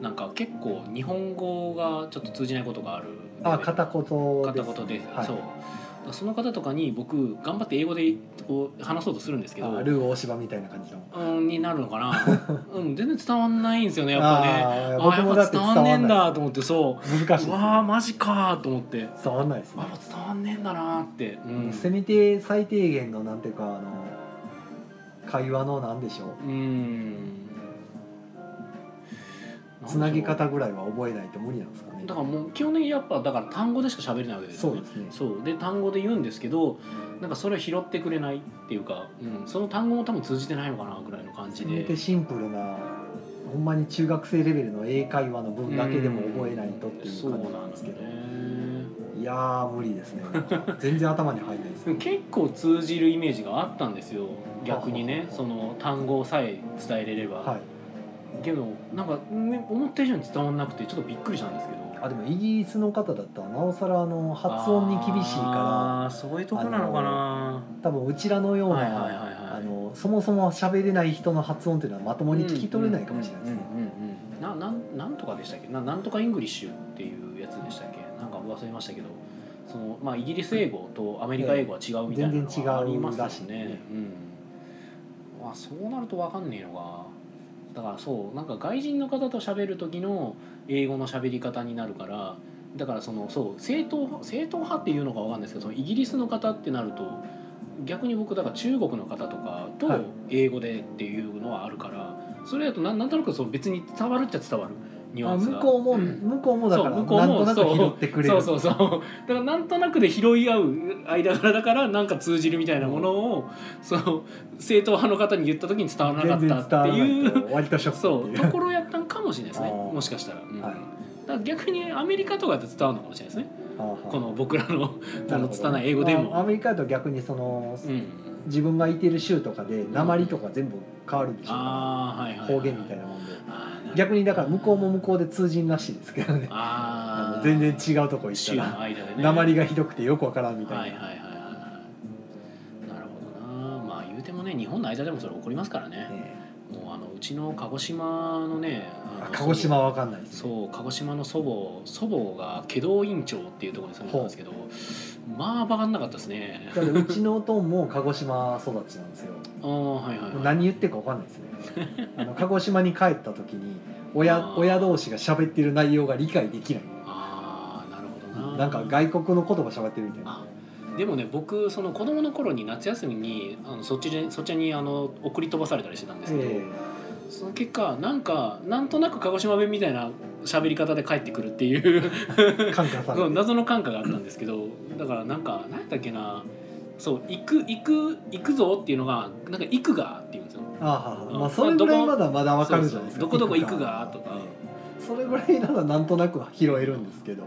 Speaker 1: ななんか結構日本語がちょっと通じないことがある
Speaker 2: あ片言です
Speaker 1: 片言で、
Speaker 2: はい、
Speaker 1: そうだからその方とかに僕頑張って英語でこう話そうとするんですけど
Speaker 2: あルー大芝みたいな感じの
Speaker 1: うんになるのかな、うん、全然伝わんないんですよねやっぱね
Speaker 2: あ
Speaker 1: あ
Speaker 2: ー
Speaker 1: ー
Speaker 2: 僕もだ
Speaker 1: やっぱ
Speaker 2: っ
Speaker 1: 伝
Speaker 2: て伝
Speaker 1: わ
Speaker 2: わ
Speaker 1: んね
Speaker 2: んな
Speaker 1: え
Speaker 2: い
Speaker 1: んだと思ってそう
Speaker 2: 難しいです
Speaker 1: う
Speaker 2: ね
Speaker 1: わーマジかーと思って
Speaker 2: 伝わんないです
Speaker 1: あ
Speaker 2: ね
Speaker 1: やっぱ伝わんねえんだなーって、うん、
Speaker 2: せめて最低限のなんていうかあの会話のなんでしょう
Speaker 1: うん
Speaker 2: つなぎ方ぐらいは覚えないと無理なんですかね
Speaker 1: だからもう基本的にやっぱだから単語でしか喋れないわけです
Speaker 2: そ
Speaker 1: よ
Speaker 2: う
Speaker 1: ね
Speaker 2: ですね
Speaker 1: そうで単語で言うんですけどなんかそれを拾ってくれないっていうか、うん、その単語も多分通じてないのかなぐらいの感じ
Speaker 2: せめ
Speaker 1: で
Speaker 2: てシンプルなほんまに中学生レベルの英会話の文だけでも覚えないとっていう感じなんですけど
Speaker 1: そうなんですね
Speaker 2: いやー無理ですねなんか全然頭に入んないで すね
Speaker 1: 結構通じるイメージがあったんですよ逆に
Speaker 2: はは
Speaker 1: ね
Speaker 2: は
Speaker 1: その単語さえ伝えれれば、
Speaker 2: はい
Speaker 1: けどなんかね思った以上に伝わんなくてちょっとびっくりしたんですけど
Speaker 2: あでもイギリスの方だったらなおさらあの発音に厳しいか
Speaker 1: あーそういうとこなのかな
Speaker 2: ら多分うちらのような、
Speaker 1: はいはいはいはい
Speaker 2: あのそもそも喋れない人の発音っていうのはまともに聞き取れないかもしれないですね、
Speaker 1: うんうんうんうんななんなんとかでしたっけななんとかイングリッシュっていうやつでしたっけなんか忘れましたけどその、まあ、イギリス英語とアメリカ英語は違うみたいなの
Speaker 2: 全然違う
Speaker 1: がありますよ
Speaker 2: らしい
Speaker 1: ね
Speaker 2: ね。
Speaker 1: うんまあ、そうなると分かんねえのかだからそうなんか外人の方と喋る時の英語の喋り方になるからだからそのそう正統派正統派っていうのか分かんないですけどそのイギリスの方ってなると逆に僕だから中国の方とかと
Speaker 2: はい
Speaker 1: 英語でっていうのはあるから、それだとなんなんとなくその別に伝わるっちゃ伝わるニュア
Speaker 2: あ
Speaker 1: ンス
Speaker 2: 向
Speaker 1: が。
Speaker 2: こうも、向こうもだか
Speaker 1: そ
Speaker 2: ら
Speaker 1: う
Speaker 2: な
Speaker 1: ん向こうも
Speaker 2: となく拾ってくれる
Speaker 1: そうそうそうだからなんとなくで拾い合う間柄だからなんか通じるみたいなものを、その正統派の方に言った時に伝わらな
Speaker 2: 全然
Speaker 1: か
Speaker 2: 伝
Speaker 1: ったっ
Speaker 2: わ
Speaker 1: て
Speaker 2: らない
Speaker 1: いう
Speaker 2: と割とショ
Speaker 1: そ
Speaker 2: ックっ
Speaker 1: う
Speaker 2: て
Speaker 1: と
Speaker 2: いう
Speaker 1: ころをやったんかもしれないですね
Speaker 2: あー
Speaker 1: もしかしたら,、うん
Speaker 2: はい
Speaker 1: だから逆にアメリカとかで伝わるのかもしれないですねこの僕らのあ
Speaker 2: なる
Speaker 1: の
Speaker 2: ほど
Speaker 1: 拙い英語で
Speaker 2: まあア
Speaker 1: も。
Speaker 2: メリカだと逆にその、
Speaker 1: うん
Speaker 2: 自分がいてる州とかで鉛とか全部変わるでしょ、
Speaker 1: あーはいはいはい
Speaker 2: 方言みたいなもんで
Speaker 1: あー
Speaker 2: 逆にだから向こうも向こうで通じんらしいですけどねあ
Speaker 1: あー
Speaker 2: の全然違うとこ行った
Speaker 1: 州の
Speaker 2: ら
Speaker 1: 間でね
Speaker 2: 鉛がひどくてよくわからんみたいな、
Speaker 1: はいはいはいはいはいなるほどなまあ言うてもね日本の間でもそれ起こりますからね、
Speaker 2: え
Speaker 1: もうあのうちの鹿児島のね
Speaker 2: え
Speaker 1: あ
Speaker 2: あ
Speaker 1: の
Speaker 2: 鹿児島は分かんないですね
Speaker 1: そう鹿児島の祖母祖母が祁答院町っていうところに住んでたんですけどまあバカんなかったですね
Speaker 2: だからうちのおとんも鹿児島育ちなんですよ
Speaker 1: ああはいはい、
Speaker 2: もう
Speaker 1: はい、
Speaker 2: 何言ってるか分かんないで すねあの鹿児島に帰った時に親親同士が喋ってる内容が理解できない
Speaker 1: ああなるほどな
Speaker 2: なんか外国の言葉喋ってるみたいな
Speaker 1: でもね僕その子供の頃に夏休みにあのそっちでそっちにあの送り飛ばされたりしてたんですけど、
Speaker 2: え
Speaker 1: その結果なんかなんとなく鹿児島弁みたいな喋り方で帰ってくるっていう
Speaker 2: え感化され
Speaker 1: そ
Speaker 2: て
Speaker 1: う謎の感化があったんですけどだからなんか何だっけなそう行く行く行くぞっていうのがなんか行くがっていうんですよ
Speaker 2: ああ、
Speaker 1: うん
Speaker 2: まあ、それぐら
Speaker 1: ま
Speaker 2: いま
Speaker 1: あ
Speaker 2: だまだわかるじゃないです
Speaker 1: そ
Speaker 2: か。
Speaker 1: うそうどこどこ行くがとか
Speaker 2: ええそれぐらいならなんとなくは拾えるんですけど、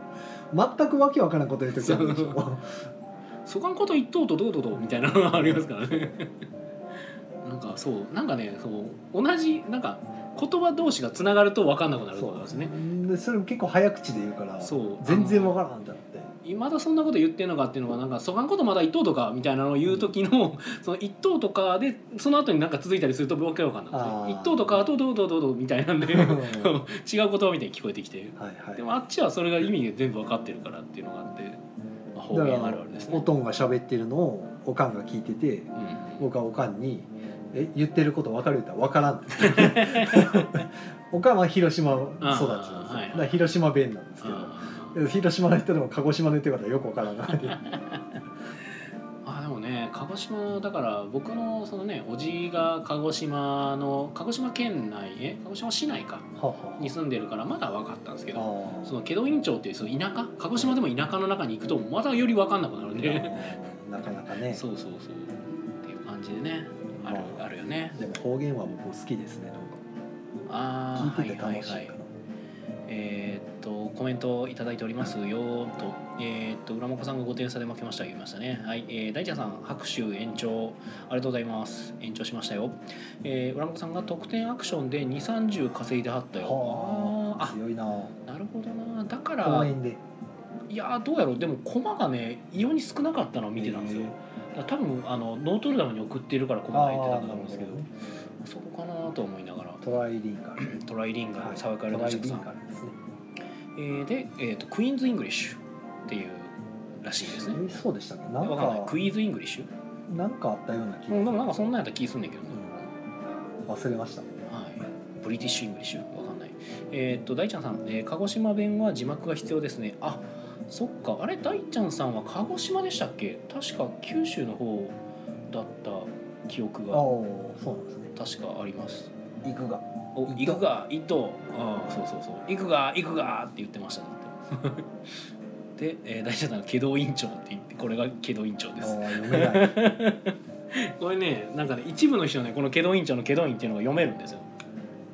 Speaker 2: 全くわけわからんこと言うときあるでし
Speaker 1: そ
Speaker 2: ょ。
Speaker 1: そがんこと言っとうとどうとどうみたいなのがありますからね なんかそうなんかねそう同じなんか言葉同士がつながると分かんなくなるところですね
Speaker 2: で、それも結構早口で言うから、
Speaker 1: そう
Speaker 2: 全然わからんってな って。
Speaker 1: いまだそんなこと言ってんのかっていうのがなんかそがんことまだ一等とかみたいなのを言う時の、その一等とかでその後になんか続いたりするとわけわかんなくて
Speaker 2: あー
Speaker 1: 一等とかどうどうどうどうどうみたいなんで違う言葉みたいに聞こえてきて
Speaker 2: はいはい。
Speaker 1: でもあっちはそれが意味で全部わかってるからっていうのがあって、まあ、方言あるあるです
Speaker 2: お
Speaker 1: ね。
Speaker 2: とんが喋ってるのをおかんが聞いてて、
Speaker 1: うん
Speaker 2: 僕はおかんに。え言ってること分かる言ったら分からんって おかんは広島育ちなんですよ、
Speaker 1: ああはい
Speaker 2: だから広島弁なんですけど
Speaker 1: あ
Speaker 2: 広島の人でも鹿児島の言ってることはよく分か らない
Speaker 1: ーあーでもね鹿児島だから僕のそのねおじが鹿児島の鹿児島県内え鹿児島市内か
Speaker 2: はは
Speaker 1: に住んでるからまだ分かったんですけど
Speaker 2: ああ
Speaker 1: その祁答院町っていうその田舎鹿児島でも田舎の中に行くとまたより分かんなくなるん
Speaker 2: いや
Speaker 1: で
Speaker 2: なかなかね
Speaker 1: そうそうそうっていう感じでねある
Speaker 2: まあ
Speaker 1: あるよね
Speaker 2: でも方言は僕好きですねなんか
Speaker 1: ああ
Speaker 2: 聞いてて楽しいかな、
Speaker 1: えーっとコメントいただいておりますよとえーっと浦本さんが5点差で負けました言いましたねはい、えー大ちゃんさん拍手延長ありがとうございます延長しましたよ、えー、浦本さんが得点アクションで2 3 0稼いではったよ
Speaker 2: はあ
Speaker 1: あー
Speaker 2: 強いな
Speaker 1: あなるほどなだから
Speaker 2: 公園で
Speaker 1: いやーどうやろうでも駒がね異様に少なかったのを見てたんですよ、だから多分あのノートルダムに送っているから駒が入ってたんだと思うんですけど
Speaker 2: あーなる
Speaker 1: そこかなと思いながら
Speaker 2: ほどねトライリンガル
Speaker 1: トライリンガル、サワカル
Speaker 2: トラ
Speaker 1: の
Speaker 2: イ
Speaker 1: シャク
Speaker 2: リ
Speaker 1: さ
Speaker 2: ン
Speaker 1: ん
Speaker 2: ガルですね
Speaker 1: えーで、えーとクイーンズ・イングリッシュっていうらしいですね
Speaker 2: えそうでしたっけな
Speaker 1: わ
Speaker 2: ん
Speaker 1: か
Speaker 2: か
Speaker 1: んないクイーンズ・イングリッシュ
Speaker 2: なんかあったような気が
Speaker 1: うんでもなんかそんなんやったら気すんねんけどね、
Speaker 2: うん忘れました
Speaker 1: はい、ブリティッシュ・イングリッシュわかんないえっ、と大ちゃんさん、えー鹿児島弁は字幕が必要ですねあそっかあれ大ちゃんさんは鹿児島でしたっけ確か九州の方だった記憶
Speaker 2: ああ
Speaker 1: が
Speaker 2: そうなんですね
Speaker 1: 確かあります
Speaker 2: 行くが
Speaker 1: お
Speaker 2: 糸
Speaker 1: 行くが行っとああそうそうそう行くが行くがって言ってましただって で、えー、大ちゃんさんが「祁答院長」って言ってこれが祁答院長
Speaker 2: あ
Speaker 1: で
Speaker 2: あ
Speaker 1: す
Speaker 2: 読め ない
Speaker 1: これねなんかね一部の人はねこの「祁答院長の祁答院」っていうのが読めるんですよ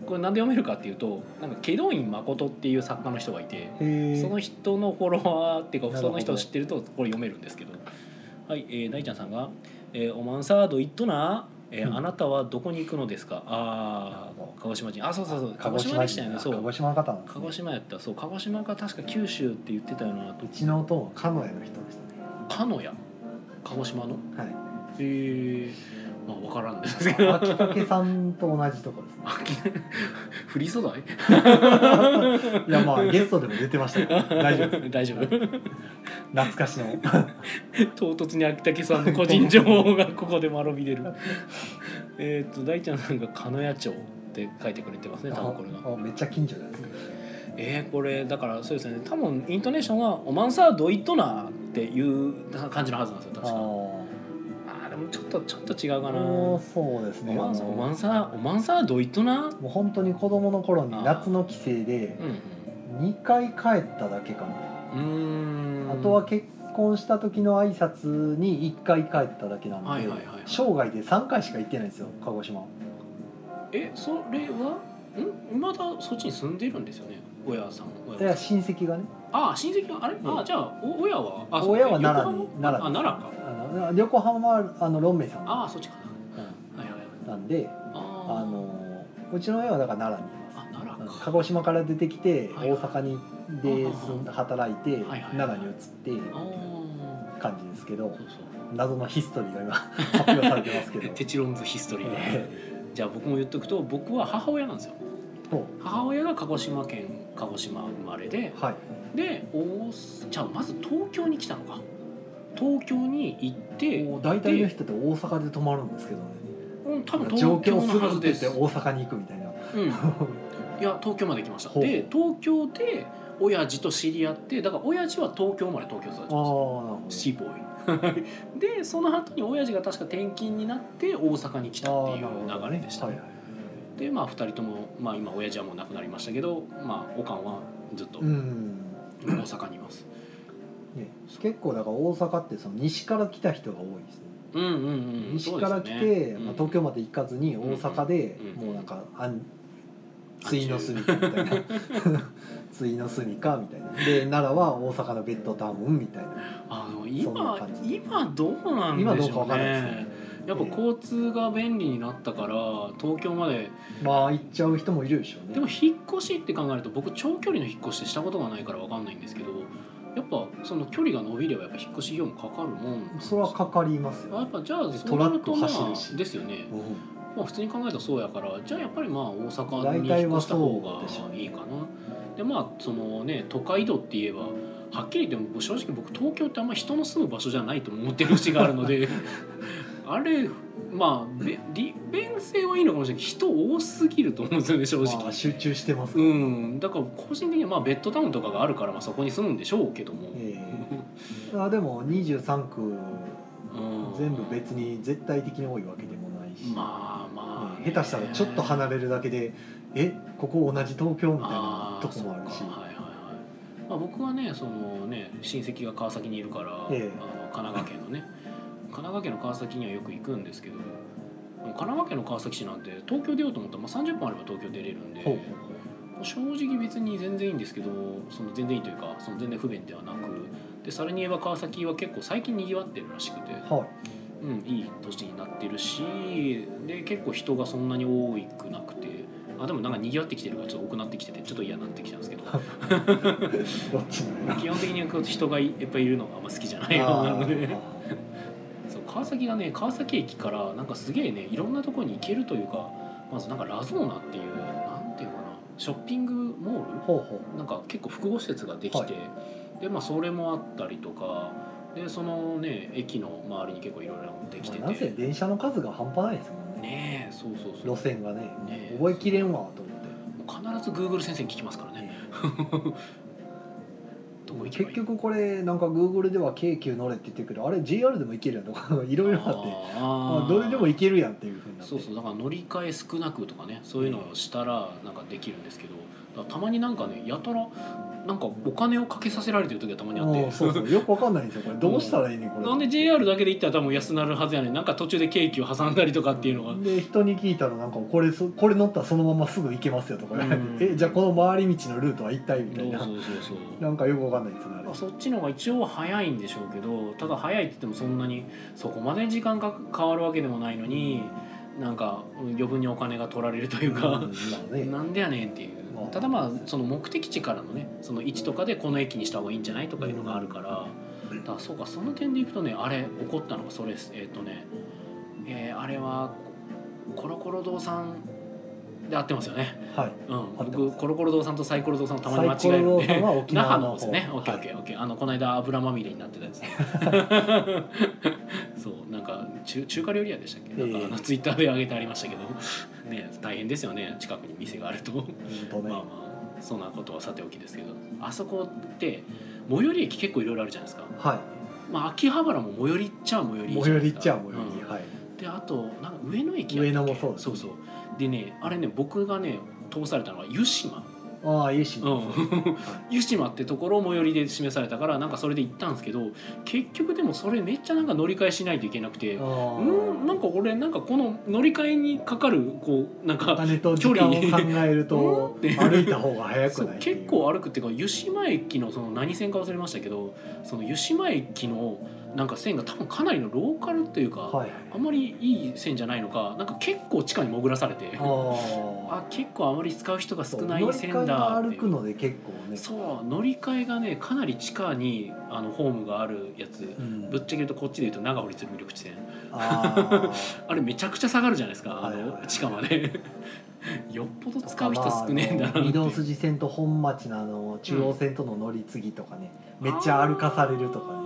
Speaker 1: これなんで読めるかっていうとなんか祁答院誠っていう作家の人がいて
Speaker 2: へえ
Speaker 1: その人のフォロワーっていう
Speaker 2: な
Speaker 1: か
Speaker 2: る
Speaker 1: そ
Speaker 2: ほど
Speaker 1: の人を知ってるとこれ読めるんですけどはい、えー、大ちゃんさんが「えーおまんさーど行っとな」えー
Speaker 2: うん
Speaker 1: あなたはどこに行くのですか?」あ
Speaker 2: なるほ
Speaker 1: あ鹿児島人あそうそうそう鹿児島でしたよね
Speaker 2: あ
Speaker 1: そ
Speaker 2: 鹿
Speaker 1: う
Speaker 2: 児島の方なんです
Speaker 1: 鹿
Speaker 2: ね
Speaker 1: 児島やったそう鹿児島が確か九州って言ってたような
Speaker 2: うちのおとんは鹿屋の人でした
Speaker 1: 鹿屋鹿児島の
Speaker 2: ね はい
Speaker 1: へえまあ分からんですけど
Speaker 2: 秋武さんと同じとこですね
Speaker 1: フリー素材
Speaker 2: いやまあゲストでも出てましたよ大丈夫です
Speaker 1: 夫 大丈夫
Speaker 2: 懐かしの
Speaker 1: 唐突に秋武さんの個人情報がここで丸び 出るえっと大ちゃんさんが鹿屋町って書いてくれてますね多分これが
Speaker 2: ああめっちゃ近所ですね
Speaker 1: えー、これだからそうですね多分イントネーションは「おまんさどいっとな」っていう感じのはずなんですよ
Speaker 2: あ
Speaker 1: 確
Speaker 2: あ
Speaker 1: かあーでもちょっとちょっと違うかな
Speaker 2: もうそうです
Speaker 1: お
Speaker 2: ね
Speaker 1: ま
Speaker 2: あ
Speaker 1: んさ
Speaker 2: の
Speaker 1: んお
Speaker 2: も
Speaker 1: まんさおまんさどいっとな
Speaker 2: う本当に子供の頃に夏の帰省で
Speaker 1: うん
Speaker 2: 2回帰っただけか
Speaker 1: う
Speaker 2: な
Speaker 1: んうーん
Speaker 2: あとは結婚した時の挨拶に1回帰っただけなんで、
Speaker 1: はいはいはいはい
Speaker 2: 生涯で3回しか行ってないんですよ鹿児島
Speaker 1: えそれはんまだそっちに住んでるんですよね親さん
Speaker 2: い
Speaker 1: 親
Speaker 2: や
Speaker 1: さん
Speaker 2: 親戚がね
Speaker 1: あー親戚があれ、
Speaker 2: うん
Speaker 1: あーじゃあお親はあそう
Speaker 2: 親は
Speaker 1: え
Speaker 2: 奈良
Speaker 1: 横
Speaker 2: に
Speaker 1: 浜
Speaker 2: 奈良です
Speaker 1: あ奈良か
Speaker 2: あの横浜はあのロンメイさん
Speaker 1: ああそっちか
Speaker 2: う
Speaker 1: なはいはいはい
Speaker 2: んなんで
Speaker 1: あー
Speaker 2: あのうちの親はだから奈良にいます
Speaker 1: あ奈良か
Speaker 2: 鹿児島から出てきて
Speaker 1: はい
Speaker 2: 大阪にで
Speaker 1: あ
Speaker 2: 働いて
Speaker 1: はいはい
Speaker 2: 奈良に移って
Speaker 1: ああー
Speaker 2: 感じですけど
Speaker 1: そうそう
Speaker 2: 謎のヒストリーが今発表されてますけど
Speaker 1: テチロンズヒストリーで
Speaker 2: え
Speaker 1: じゃあ僕も言っとくと僕は母親なんですよ
Speaker 2: ーほ
Speaker 1: 母親が鹿児島県鹿児島生まれで
Speaker 2: うはい
Speaker 1: で大阪じゃあまず東京に来たのか東京に行って
Speaker 2: もう大体の人って大阪で泊まるんですけどね
Speaker 1: うん多分
Speaker 2: 上
Speaker 1: 東
Speaker 2: 京
Speaker 1: 京
Speaker 2: す
Speaker 1: の
Speaker 2: る
Speaker 1: は
Speaker 2: っ
Speaker 1: ず
Speaker 2: て言
Speaker 1: で
Speaker 2: って
Speaker 1: す、
Speaker 2: 大阪に行くみたいな
Speaker 1: うん、いや東京まで来ました
Speaker 2: ほうほう
Speaker 1: で東京で親父と知り合ってだから親父は東京生まれ東京育ちなん
Speaker 2: ああなる
Speaker 1: ですよシー
Speaker 2: ほ
Speaker 1: ボーイ でその後に親父が確か転勤になって大阪に来た
Speaker 2: ど
Speaker 1: っ
Speaker 2: あ
Speaker 1: て
Speaker 2: ー
Speaker 1: い
Speaker 2: なるほど
Speaker 1: う流れでした、
Speaker 2: はいはい
Speaker 1: でまあ2人とも、まあ、今親父はもう亡くなりましたけど、まあ、おかんはずっと
Speaker 2: う
Speaker 1: 大
Speaker 2: ん
Speaker 1: 阪にいます、
Speaker 2: ね、結構だから大阪ってその西から来た人が多いですね
Speaker 1: うん、うんうんうん
Speaker 2: 西
Speaker 1: そう
Speaker 2: か
Speaker 1: です
Speaker 2: ら
Speaker 1: ね
Speaker 2: 来て、まあ、東京まで行かずに大阪で
Speaker 1: うんうん
Speaker 2: もうなんかあん対の住みかみたいな 対の住みかみたいなで奈良は大阪のベッドタウンみたいな
Speaker 1: あの
Speaker 2: そんな
Speaker 1: 今
Speaker 2: 感じ
Speaker 1: 今どうなんで
Speaker 2: 今どう
Speaker 1: し
Speaker 2: か
Speaker 1: ょう
Speaker 2: わ
Speaker 1: ね
Speaker 2: からないですね
Speaker 1: やっぱ交通が便利になったから東京まで
Speaker 2: まあ行っちゃう人もいるでしょうね
Speaker 1: でも引っ越しって考えると僕長距離の引っ越しってしたことがないから分かんないんですけどやっぱその距離が伸びればやっぱ引っ越し費用もかかるもん
Speaker 2: それはかかります
Speaker 1: あや
Speaker 2: よ、
Speaker 1: っぱじゃあ
Speaker 2: で
Speaker 1: そうなると
Speaker 2: トラック
Speaker 1: ま
Speaker 2: 走る
Speaker 1: あ
Speaker 2: し
Speaker 1: ですよね
Speaker 2: う、ん
Speaker 1: まあ、普通に考えたらそうやからじゃあやっぱりまあ大阪に
Speaker 2: 大体
Speaker 1: 引っ
Speaker 2: は
Speaker 1: 越した
Speaker 2: そう
Speaker 1: 方
Speaker 2: でしょう
Speaker 1: が
Speaker 2: ね
Speaker 1: いいかなでまあそのね都会度って言えばはっきり言っても正直僕東京ってあんま人の住む場所じゃないと思ってる節があるの であれまあべ利便性はいいのかもしれないけど人多すぎると思うんですよね正直
Speaker 2: まあ、集中してますか
Speaker 1: う
Speaker 2: ら、
Speaker 1: んだから個人的にはまあベッドタウンとかがあるからまあそこに住むんでしょうけども、
Speaker 2: ええあでも23区
Speaker 1: うん
Speaker 2: 全部別に絶対的に多いわけでもないし、
Speaker 1: まあまあ、
Speaker 2: ね下手したらちょっと離れるだけでえここ同じ東京みたいな
Speaker 1: あー
Speaker 2: とこもあるし
Speaker 1: そうかはいはいはいまあ、僕はねそのね親戚が川崎にいるから、
Speaker 2: ええ
Speaker 1: あの神奈川県のね神奈川県の川崎にはよく行くんですけどでも神奈川県の川崎市なんて東京出ようと思ったら、まあ、30分あれば東京出れるんで
Speaker 2: ほう
Speaker 1: 正直別に全然いいんですけどその全然いいというかその全然不便ではなくでさらに言えば川崎は結構最近にぎわってるらしくて、
Speaker 2: はい
Speaker 1: うん、いい年になってるしで結構人がそんなに多くなくてあでもなんかにぎわってきてるからちょっと多くなってきててちょっと嫌になってきたんです けど
Speaker 2: どっちなの
Speaker 1: 基本的にこう人がいっぱいいるのがあんま好きじゃないような
Speaker 2: あ
Speaker 1: ので
Speaker 2: ー
Speaker 1: そう川崎がね川崎駅からなんかすげえねいろんなところに行けるというかまずなんかラゾーナっていうなんていうのかなショッピングモール
Speaker 2: ほうほ
Speaker 1: なんか結構複合施設ができて、
Speaker 2: はい
Speaker 1: でまあそれもあったりとかでそのね駅の周りに結構いろいろできてて
Speaker 2: うまあなんせ電車の数が半端ないですもんね
Speaker 1: ねえそうそうそう
Speaker 2: 路線がね
Speaker 1: ね
Speaker 2: 覚えきれんわと思
Speaker 1: 必ず Google 先生に聞きますから
Speaker 2: って、
Speaker 1: ね
Speaker 2: ね
Speaker 1: どこ行けば
Speaker 2: 結
Speaker 1: いい
Speaker 2: 局これなんか Google では京急乗れって言ってるけどあれ JR でも行けるやんとかいろいろ あって
Speaker 1: あ
Speaker 2: あ
Speaker 1: ー
Speaker 2: どれでも行けるやんっていうふうになって
Speaker 1: そうそうだから乗り換え少なくとかねそういうのをしたらなんかできるんですけどだからたまになんかねやたらなんかお金をかけさせられてる時がたまにあっ
Speaker 2: うん
Speaker 1: て
Speaker 2: そうそうよくわかんないんですよこれどうしたらいいねんこれ
Speaker 1: なんで JR だけで行ったら多分安なるはずやねんなんか途中でケーキを挟んだりとかっていうのが
Speaker 2: で人に聞いたらなんかこれそこれ乗ったらそのまますぐ行けますよとか、
Speaker 1: うん
Speaker 2: えじゃあこの回り道のルートは一体みた
Speaker 1: そ
Speaker 2: いう
Speaker 1: そ
Speaker 2: な
Speaker 1: うそうそう
Speaker 2: なんかよくわかんないですねあれ
Speaker 1: まあそっちの方が一応早いんでしょうけどただ早いって言ってもそんなにそこまで時間が変わるわけでもないのになんかうん余分にお金が取られるというか、
Speaker 2: うんまあね
Speaker 1: なんでやねんっていう
Speaker 2: まあ
Speaker 1: ただまあその目的地からのねその位置とかでこの駅にした方がいいんじゃないとかいうのがあるから
Speaker 2: うん
Speaker 1: だからそうかその点でいくとねあれ起こったのがそれですえっ、とね、えーあれはコロコロ堂さんで合ってますよね、
Speaker 2: はい
Speaker 1: うん、
Speaker 2: 合ってます
Speaker 1: 僕コロコロ堂さんとサイコロ堂さんをたまに間違
Speaker 2: サイ
Speaker 1: える
Speaker 2: コ
Speaker 1: ん
Speaker 2: ロ
Speaker 1: で
Speaker 2: さんは沖
Speaker 1: 那
Speaker 2: 縄
Speaker 1: 覇の
Speaker 2: の
Speaker 1: 方
Speaker 2: 方
Speaker 1: ですね。オッケーオッケーオッケー。あのこの間油まみれになってたやつ。 そうなんか中中華料理屋でしたっけ？なん
Speaker 2: ええ
Speaker 1: かあのツイッターで上げてありましたけど、ね大変ですよね。近くに店があると。
Speaker 2: 本 当
Speaker 1: ま
Speaker 2: ね
Speaker 1: あまあそんなことはさておきですけど、あそこって最寄り駅結構いろいろあるじゃないですか。
Speaker 2: は
Speaker 1: まあ秋葉原も最寄りっちゃ最寄
Speaker 2: い
Speaker 1: りじゃ
Speaker 2: 最
Speaker 1: な
Speaker 2: 寄
Speaker 1: いで
Speaker 2: り
Speaker 1: す
Speaker 2: っ
Speaker 1: か。
Speaker 2: ちゃ最寄り、
Speaker 1: うん
Speaker 2: はい
Speaker 1: であとなんか上野駅やったっけ
Speaker 2: 上野もそうです
Speaker 1: そうそう。でねあれね僕がね通されたのは湯島。
Speaker 2: ああいいし、
Speaker 1: うん
Speaker 2: はい
Speaker 1: 湯島ってところを最寄りで示されたからなんかそれで行ったんですけど結局でもそれめっちゃなんか乗り換えしないといけなくて
Speaker 2: あ
Speaker 1: うんなん
Speaker 2: ー
Speaker 1: か俺なんかこの乗り換えにかかるこうなん
Speaker 2: お
Speaker 1: か
Speaker 2: 金と時間を考えると
Speaker 1: うん
Speaker 2: 歩いた方が早く
Speaker 1: そう
Speaker 2: ないっていう
Speaker 1: 結構歩くっていうか湯島駅のその何線か忘れましたけどその湯島駅のなんか線が多分かなりのローカルというか、
Speaker 2: はいはい
Speaker 1: あんまりいい線じゃないのかなんか結構地下に潜らされて
Speaker 2: あ
Speaker 1: あ結構あまり使う人が少
Speaker 2: そう
Speaker 1: な
Speaker 2: 乗
Speaker 1: い
Speaker 2: り
Speaker 1: 線
Speaker 2: 換え
Speaker 1: だ
Speaker 2: が
Speaker 1: って
Speaker 2: 歩
Speaker 1: い
Speaker 2: く
Speaker 1: う
Speaker 2: ので結構ね
Speaker 1: そう乗り換えがねかなり地下にあのホームがあるやつ
Speaker 2: うん
Speaker 1: ぶっちゃけるとこっちで言うと長堀鶴見緑地線
Speaker 2: あー
Speaker 1: あれめちゃくちゃ下がるじゃないですかあ
Speaker 2: はいはい
Speaker 1: の
Speaker 2: はい
Speaker 1: 地下まで よっぽど 使う人少ねえんだなって
Speaker 2: まあ
Speaker 1: い
Speaker 2: あの
Speaker 1: う
Speaker 2: 御堂筋線と本町のあの中央線との乗り継ぎとかね、めっちゃ歩かされるとかね
Speaker 1: ね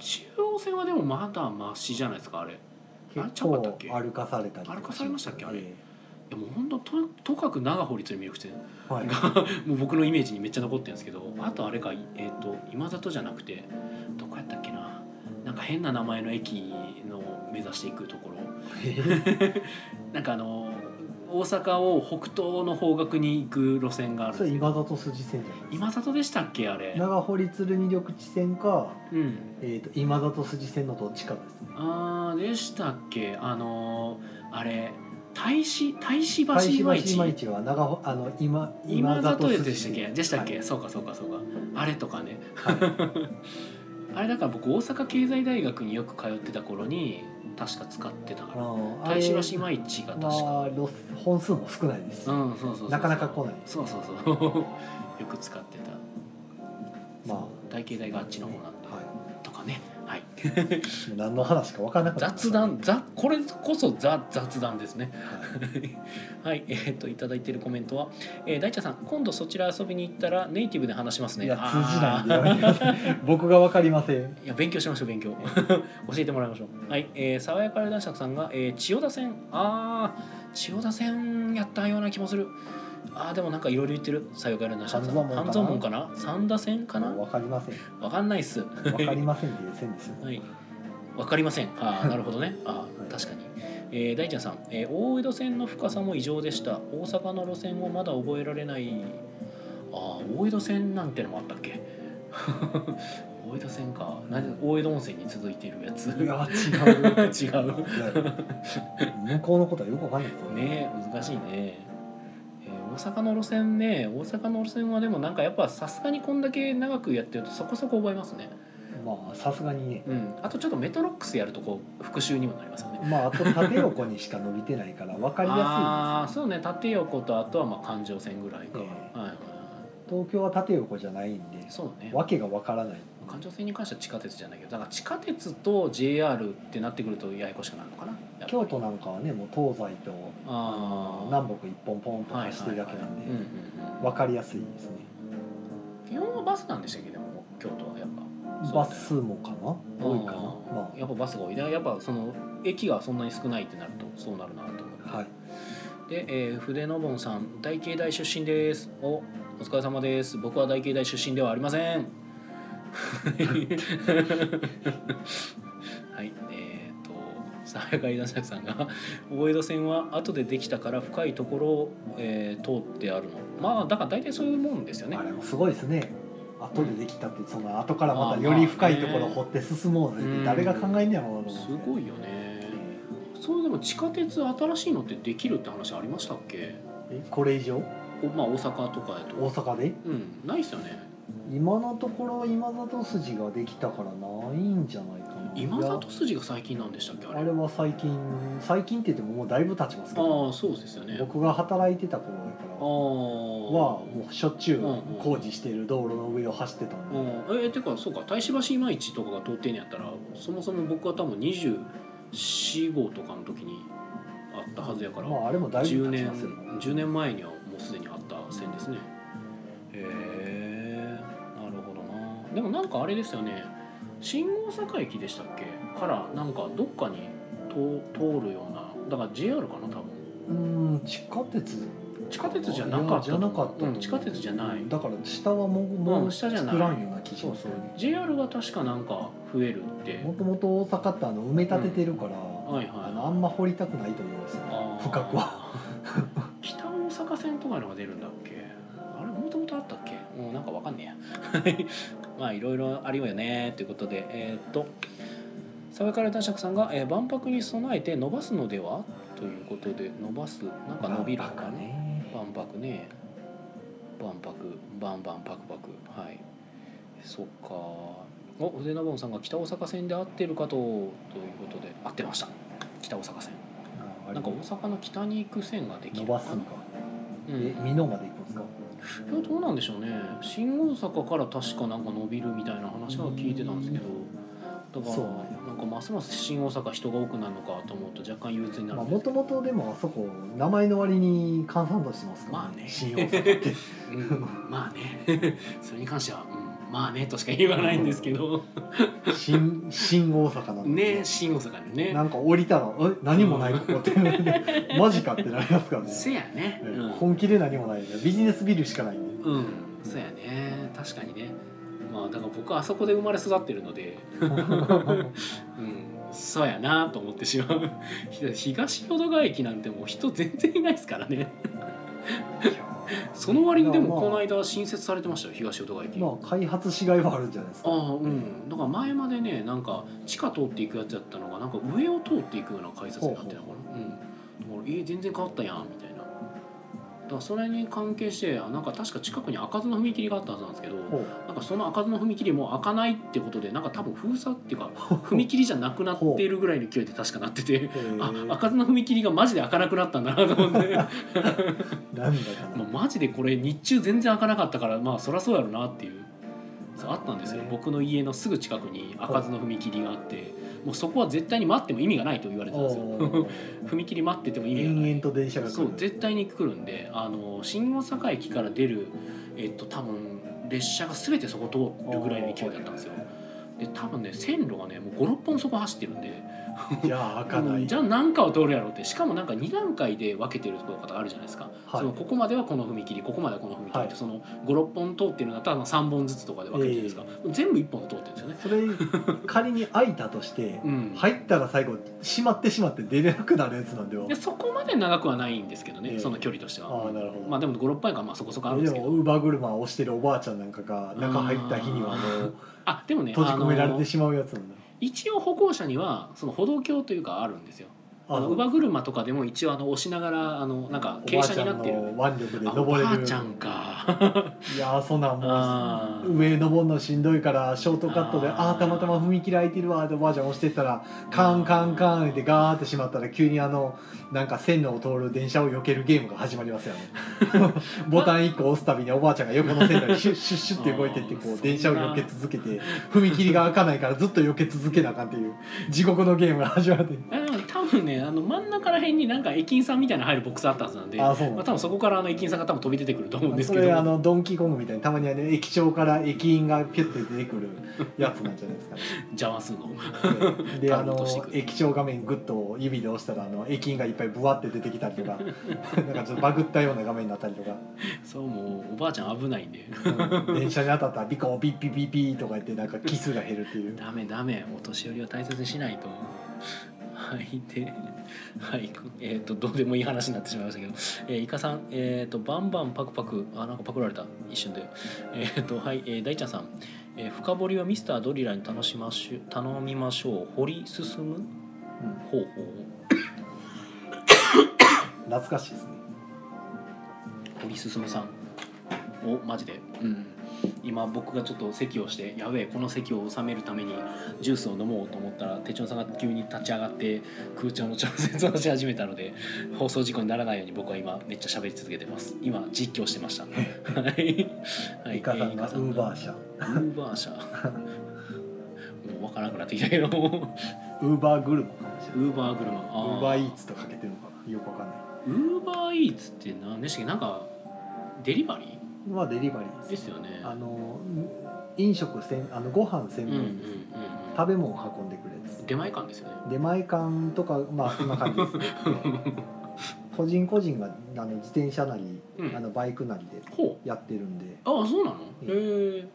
Speaker 1: 中央線はでもまだマシじゃないですかあれいあー
Speaker 2: 結
Speaker 1: あれ違かったっけ
Speaker 2: 構歩かされたりと
Speaker 1: 歩かされましたっけあれ
Speaker 2: え
Speaker 1: やもうほんとととかく長堀鶴見緑地線
Speaker 2: えはい、
Speaker 1: もう僕のイメージにめっちゃ残ってるんですけどあとあれか、えー、と今里じゃなくてどこやったっけななんか変な名前の駅の目指していくところなんかあの大阪を北東の方角に行く路線があるん
Speaker 2: そ
Speaker 1: で
Speaker 2: れ
Speaker 1: すけ
Speaker 2: 今
Speaker 1: ど
Speaker 2: 里筋線じゃないですか
Speaker 1: 今里でしたっけあれ
Speaker 2: 長堀鶴見緑地線か、
Speaker 1: うん
Speaker 2: えー、と今里筋線のどっちかですね
Speaker 1: あーでしたっけあのあれ大使大使橋
Speaker 2: 大
Speaker 1: 今
Speaker 2: 橋今
Speaker 1: 市
Speaker 2: 市は長ほあの今
Speaker 1: 今里で
Speaker 2: 筋
Speaker 1: したっけでしたっけ、
Speaker 2: はい
Speaker 1: そうかそうかそうかあれとかね
Speaker 2: はい
Speaker 1: あれだから僕大阪経済大学によく通ってた頃に確か使ってた
Speaker 2: あ
Speaker 1: から
Speaker 2: のあれ
Speaker 1: 大使橋今市が確
Speaker 2: まあ
Speaker 1: か、
Speaker 2: ロス本数も少ないですし、
Speaker 1: うんそうそうそう
Speaker 2: なかなか来ない
Speaker 1: そうそうそう よく使ってた
Speaker 2: ま
Speaker 1: 大経大があっちの方なんで、
Speaker 2: あ、はい、
Speaker 1: とかねはい
Speaker 2: もう何の話か分からなかった
Speaker 1: 雑談ざこれこそザ雑談ですね
Speaker 2: は
Speaker 1: は
Speaker 2: い
Speaker 1: い、えー、といただいているコメントは、えー、大ちゃんさん今度そちら遊びに行ったらネイティブで話しますね
Speaker 2: いや
Speaker 1: あ
Speaker 2: 通じないんで
Speaker 1: ー
Speaker 2: やめてください僕が分かりません
Speaker 1: いや勉強しましょう勉強 教えてもらいましょうはい、えー、爽やかれ男爵さんが、えー、千代田線あー千代田線やったような気もするあーでもなんかいろいろ言ってる爽やかれ男爵さん半
Speaker 2: 半
Speaker 1: 蔵
Speaker 2: 蔵
Speaker 1: 門
Speaker 2: 門
Speaker 1: か
Speaker 2: か
Speaker 1: な三田線かな
Speaker 2: 分かりません
Speaker 1: わかんないっす
Speaker 2: 分かりませんっていう線 ですよ、
Speaker 1: はい。わかりません。あ あ、なるほどね。ああ、確かに。えー大ちゃんさん、えー大江戸線の深さも異常でした。大阪の路線をまだ覚えられない。ああ、大江戸線なんてのもあったっ け。大江戸線か。なぜ大江戸温泉に続いているやつ。
Speaker 2: いや違う
Speaker 1: 違う
Speaker 2: いや向こうのことはよく分かんないですよ
Speaker 1: ねえ難しいね、えー大阪の路線ね大阪の路線はでもなんかやっぱさすがにこんだけ長くやってるとそこそこ覚えますね
Speaker 2: まあさすがにね
Speaker 1: うんあとちょっとメトロックスやるとこう復習にもなりますよね
Speaker 2: まああと縦横にしか伸びてないから分かりや
Speaker 1: ああーそうね縦横とあとはまあ環状線ぐらいか、
Speaker 2: ええ
Speaker 1: はいはいは
Speaker 2: すいです東京は縦横じゃないんで
Speaker 1: いそうね
Speaker 2: 訳が分からない
Speaker 1: 環状線に関しては地下鉄じゃないけどだから地下鉄と JR ってなってくるとややこしくなるのかなやっぱり
Speaker 2: 京都なんかはねもう東西と
Speaker 1: あー
Speaker 2: 南北一本ポンと
Speaker 1: はいは
Speaker 2: か
Speaker 1: い
Speaker 2: してるだけなん
Speaker 1: はいうん
Speaker 2: で
Speaker 1: うんうん
Speaker 2: 分かりやすいですね
Speaker 1: 基本はバスなんでしたっけでも京都はやっぱそうだね
Speaker 2: バスもかな多いかな
Speaker 1: あー
Speaker 2: ま
Speaker 1: やっぱバスが多いでやっぱその駅がそんなに少ないってなるとそうなるなと思って、
Speaker 2: あはい
Speaker 1: で、えー筆のぼんさん大慶大出身ですおお疲れ様です僕は大慶大出身ではありません はいえー、と爽やか稲作さんが「大江戸線は後でできたから深いところを、えー通ってあるの」まあだから大体そういうもんですよね
Speaker 2: あれもすごいですね後でできたってその後からまたより深いところ掘って進もうぜっ
Speaker 1: うん
Speaker 2: て誰が考えんねやろうなと
Speaker 1: す
Speaker 2: 思
Speaker 1: ご
Speaker 2: って
Speaker 1: いよねそうでも地下鉄新しいのってできるって話ありましたっけ
Speaker 2: えこれ以上
Speaker 1: おまあ大阪とかやと
Speaker 2: 大阪で
Speaker 1: うんないっすよね
Speaker 2: 今のところ今里筋ができたからないんじゃないかな
Speaker 1: 今
Speaker 2: いや
Speaker 1: 里筋が最近なんでしたっけあれ
Speaker 2: あれは最近最近って言ってももうだいぶ経ちますけ
Speaker 1: あ
Speaker 2: ど
Speaker 1: あそうですよね
Speaker 2: 僕が働いてた頃だ
Speaker 1: ああ
Speaker 2: からはもうしょっちゅう
Speaker 1: うんうん
Speaker 2: 工事してる道路の上を走ってたん
Speaker 1: う
Speaker 2: で、
Speaker 1: んえー、てかそうか大芝橋今市とかが通ってんやったらそもそも僕は多分24号とかの時にあったはずやから、
Speaker 2: まああれもだいぶ
Speaker 1: 10
Speaker 2: 経ち
Speaker 1: 年
Speaker 2: ますよ
Speaker 1: 10年前にはもうすでにあった線ですねへえなるほどなでもなんかあれですよね新大阪駅でしたっけからなんかどっかに通通るようなだから JR かな多分
Speaker 2: うん地下鉄
Speaker 1: 地下鉄じゃなかった
Speaker 2: いやじゃなかったと思う
Speaker 1: うん地下鉄じゃない
Speaker 2: だから下はもうも
Speaker 1: うん
Speaker 2: う
Speaker 1: 下
Speaker 2: 作
Speaker 1: じゃ
Speaker 2: ら
Speaker 1: ない
Speaker 2: んような気がし
Speaker 1: そう
Speaker 2: ます
Speaker 1: そ
Speaker 2: よ
Speaker 1: う
Speaker 2: ね
Speaker 1: JR が確かなんか増えるって
Speaker 2: もともと大阪ってあの埋め立ててるから、
Speaker 1: はいはい
Speaker 2: あのあんま掘りたくないと思うんですよ
Speaker 1: あー
Speaker 2: 深くは
Speaker 1: 北大阪線とかのが出るんだっけあれもともとあったっけもうなんかわかんねえや まあいろいろありよねということでえーっと沢から男爵さんが、えー万博に備えて伸ばすのではということで伸ばすなんか伸びるのか
Speaker 2: バカ
Speaker 1: ね
Speaker 2: ね
Speaker 1: 万博ね万博バンバンパクパクはいそっかお筆のぼんさんが北大阪線で合ってるかとということで合ってました北大阪線
Speaker 2: ああれ
Speaker 1: なんか大阪の北に行く線ができ
Speaker 2: 伸
Speaker 1: る
Speaker 2: ばすのか
Speaker 1: うん
Speaker 2: え美濃まで行くんですか
Speaker 1: いやどうなんでしょうね新大阪から確かなんか伸びるみたいな話は聞いてたんですけどだか
Speaker 2: そう
Speaker 1: ら
Speaker 2: なんや
Speaker 1: なんかますます新大阪人が多くなるのかと思うと若干憂鬱になるんで
Speaker 2: も
Speaker 1: すけ
Speaker 2: と
Speaker 1: ど、
Speaker 2: もとでもあそこ名前の割に閑散としてますから、
Speaker 1: まあね
Speaker 2: 新大阪って
Speaker 1: うんまあね それに関しては、うんまあねとしか言わないんですけど
Speaker 2: 新新大阪なんで
Speaker 1: ね新大阪で
Speaker 2: な
Speaker 1: ね
Speaker 2: んか降りたら「え何もないこ こ」ってマジかってなりますからね
Speaker 1: せやね
Speaker 2: う
Speaker 1: うんん、
Speaker 2: 本気で何もないんでビジネスビルしかないんで
Speaker 1: うん、そうやね確かにねまあだから僕はあそこで生まれ育ってるのでうんそうやなと思ってしまう ひ東淀川駅なんてもう人全然いないですからね その割にでもこの間新設されてましたよ東淀川駅、
Speaker 2: まあ開発しがいはあるんじゃないです
Speaker 1: あ
Speaker 2: か
Speaker 1: あうんだから前までねなんか地下通っていくやつやったのがなんか上を通っていくような改札になってたのかなうんだからえ全然変わったやんみたいなだからそれに関係してあなんか確か近くに開かずの踏切があったはずなんですけど
Speaker 2: ほう
Speaker 1: なんかその開かずの踏切も開かないってことでなんか多分封鎖っていうか踏切じゃなくなっているぐらいの勢いで確かなってて
Speaker 2: へー
Speaker 1: あ開かずの踏切がマジで開かなくなったんだなと思って、ま
Speaker 2: なんだか
Speaker 1: あ、
Speaker 2: な
Speaker 1: マジでこれ日中全然開かなかったからまあそりゃそうやろなっていうそうあったんですよ
Speaker 2: ね
Speaker 1: 僕の家のすぐ近くに開かずの踏切があってもうそこは絶対に待っても意味がないと言われてたんです
Speaker 2: お
Speaker 1: よ
Speaker 2: ー
Speaker 1: 踏切待ってても意味がない
Speaker 2: 延々と電車が来
Speaker 1: そう
Speaker 2: る
Speaker 1: 絶対に来るんであの新大阪駅から出る、えっと、多分列車が全てそこ通るぐらいの勢いだったんですよで多分ね線路がねもう56本そこ走ってるんで
Speaker 2: じゃあ開かな
Speaker 1: うん
Speaker 2: い
Speaker 1: じゃあ何かを通るやろうってしかもなんか2段階で分けてるところとかあるじゃないですか、
Speaker 2: はい
Speaker 1: そのここまではこの踏切ここまではこの踏切って、
Speaker 2: はい
Speaker 1: その56本通ってるんだったらまあ3本ずつとかで分けてるんですか、全部1本で通ってるんですよね、
Speaker 2: それ仮に開いたとして
Speaker 1: うん
Speaker 2: 入ったら最後閉まってしまって出れなくなるやつなんでは
Speaker 1: でそこまで長くはないんですけどね、
Speaker 2: ええ
Speaker 1: その距離としては
Speaker 2: ああなるほど
Speaker 1: まあでも56本やからまあそこそこあるん
Speaker 2: で
Speaker 1: ですけ
Speaker 2: も
Speaker 1: ど
Speaker 2: ウーバー車を押してるおばあちゃんなんかが中入った日にはもう
Speaker 1: あでもね
Speaker 2: 閉じ込められ
Speaker 1: あ
Speaker 2: て
Speaker 1: の
Speaker 2: しまうやつなんだ
Speaker 1: 一応歩行者にはその歩道橋というかあるんですよ。あの
Speaker 2: そう
Speaker 1: 乳母車とかでも一応あの押しながらあのなんか
Speaker 2: おば
Speaker 1: 傾
Speaker 2: あ
Speaker 1: 斜
Speaker 2: ちゃ
Speaker 1: になんってる。
Speaker 2: の腕力で
Speaker 1: あお
Speaker 2: 登
Speaker 1: ばあ
Speaker 2: れる
Speaker 1: ちゃんか。
Speaker 2: いやーそんなんも
Speaker 1: あ
Speaker 2: う上登るのしんどいからショートカットで
Speaker 1: あー
Speaker 2: ああーたまたま踏切開いてるわーっておばあちゃん押してったらカンカンカンってガーってしまったら急にあのなんか線路を通る電車を避けるゲームが始まります よねボタン1個押すたびにおばあちゃんが横の線路にシュッシュッシュッって動いてってこ
Speaker 1: あー
Speaker 2: う電車を避け続けて踏切が開かないからずっと避け続けなあかんっていう地獄のゲームが始まって
Speaker 1: あ。でも多分ねあの真ん中ら辺になんか駅員さんみたいなの入るボックスあったはずなんで。
Speaker 2: あーそうなん
Speaker 1: まあ
Speaker 2: だ
Speaker 1: 多分そこからあの駅員さんが多分飛び出てくると思うんです
Speaker 2: そ
Speaker 1: け
Speaker 2: れあ
Speaker 1: ど。
Speaker 2: のドンキーコングみたいにたまにあの駅長から駅員がピュッて出てくるやつなんじゃないですかね
Speaker 1: 邪魔するの。
Speaker 2: であ
Speaker 1: ターン落としてい
Speaker 2: の
Speaker 1: く
Speaker 2: 液晶画面グッと指で押したらあの駅員がいっぱいブワって出てきたりと かなんかちょっとバグったような画面になったりとか、
Speaker 1: そうもうおばあちゃん危ないんで。
Speaker 2: うん電車に当たったらビコビッピピピとか言ってなんか奇数が減るっていう
Speaker 1: ダメダメお年寄りを大切にしないと。はいで、はいえっ、とどうでもいい話になってしまいましたけど、えー、イカさんえっ、とバンバンパクパクあなんかパクられた一瞬でえっ、とはい、えー、大ちゃんさん、えー深掘りはミスタードリラーに頼しましゅ頼みましょう掘り進む方法
Speaker 2: 懐かしいですね
Speaker 1: 掘り進むさんおマジでうん今僕がちょっと席をしてやべえこの席を収めるためにジュースを飲もうと思ったら手帳さんが急に立ち上がって空調の調節をし始めたので 放送事故にならないように僕は今めっちゃ喋り続けてます 今実況してましたはいはい
Speaker 2: イカさんが
Speaker 1: え
Speaker 2: ウーバー社
Speaker 1: ウーバー社 もう分からなくなってきたけど
Speaker 2: ウーバーグルマかもしれ
Speaker 1: ウ
Speaker 2: ない
Speaker 1: ーバー車
Speaker 2: ウ
Speaker 1: あ
Speaker 2: ーバーイーツとかけてるのかなよくわかんない
Speaker 1: ウーバーイーツって何でしたっけなんかデリバリ
Speaker 2: まあデリバリー
Speaker 1: ー
Speaker 2: で
Speaker 1: ですすよね
Speaker 2: あの飲食せんあのご飯専
Speaker 1: うんうんうんう
Speaker 2: 門です、
Speaker 1: ん
Speaker 2: 食べ物運んでくれるやつ
Speaker 1: 出前館ですよね
Speaker 2: 出前館とかまあそんな感 じですね個人個人があの自転車なり、
Speaker 1: うん
Speaker 2: あのバイクなりで
Speaker 1: ほ
Speaker 2: やってるんで
Speaker 1: うあそうなの
Speaker 2: うん
Speaker 1: へえ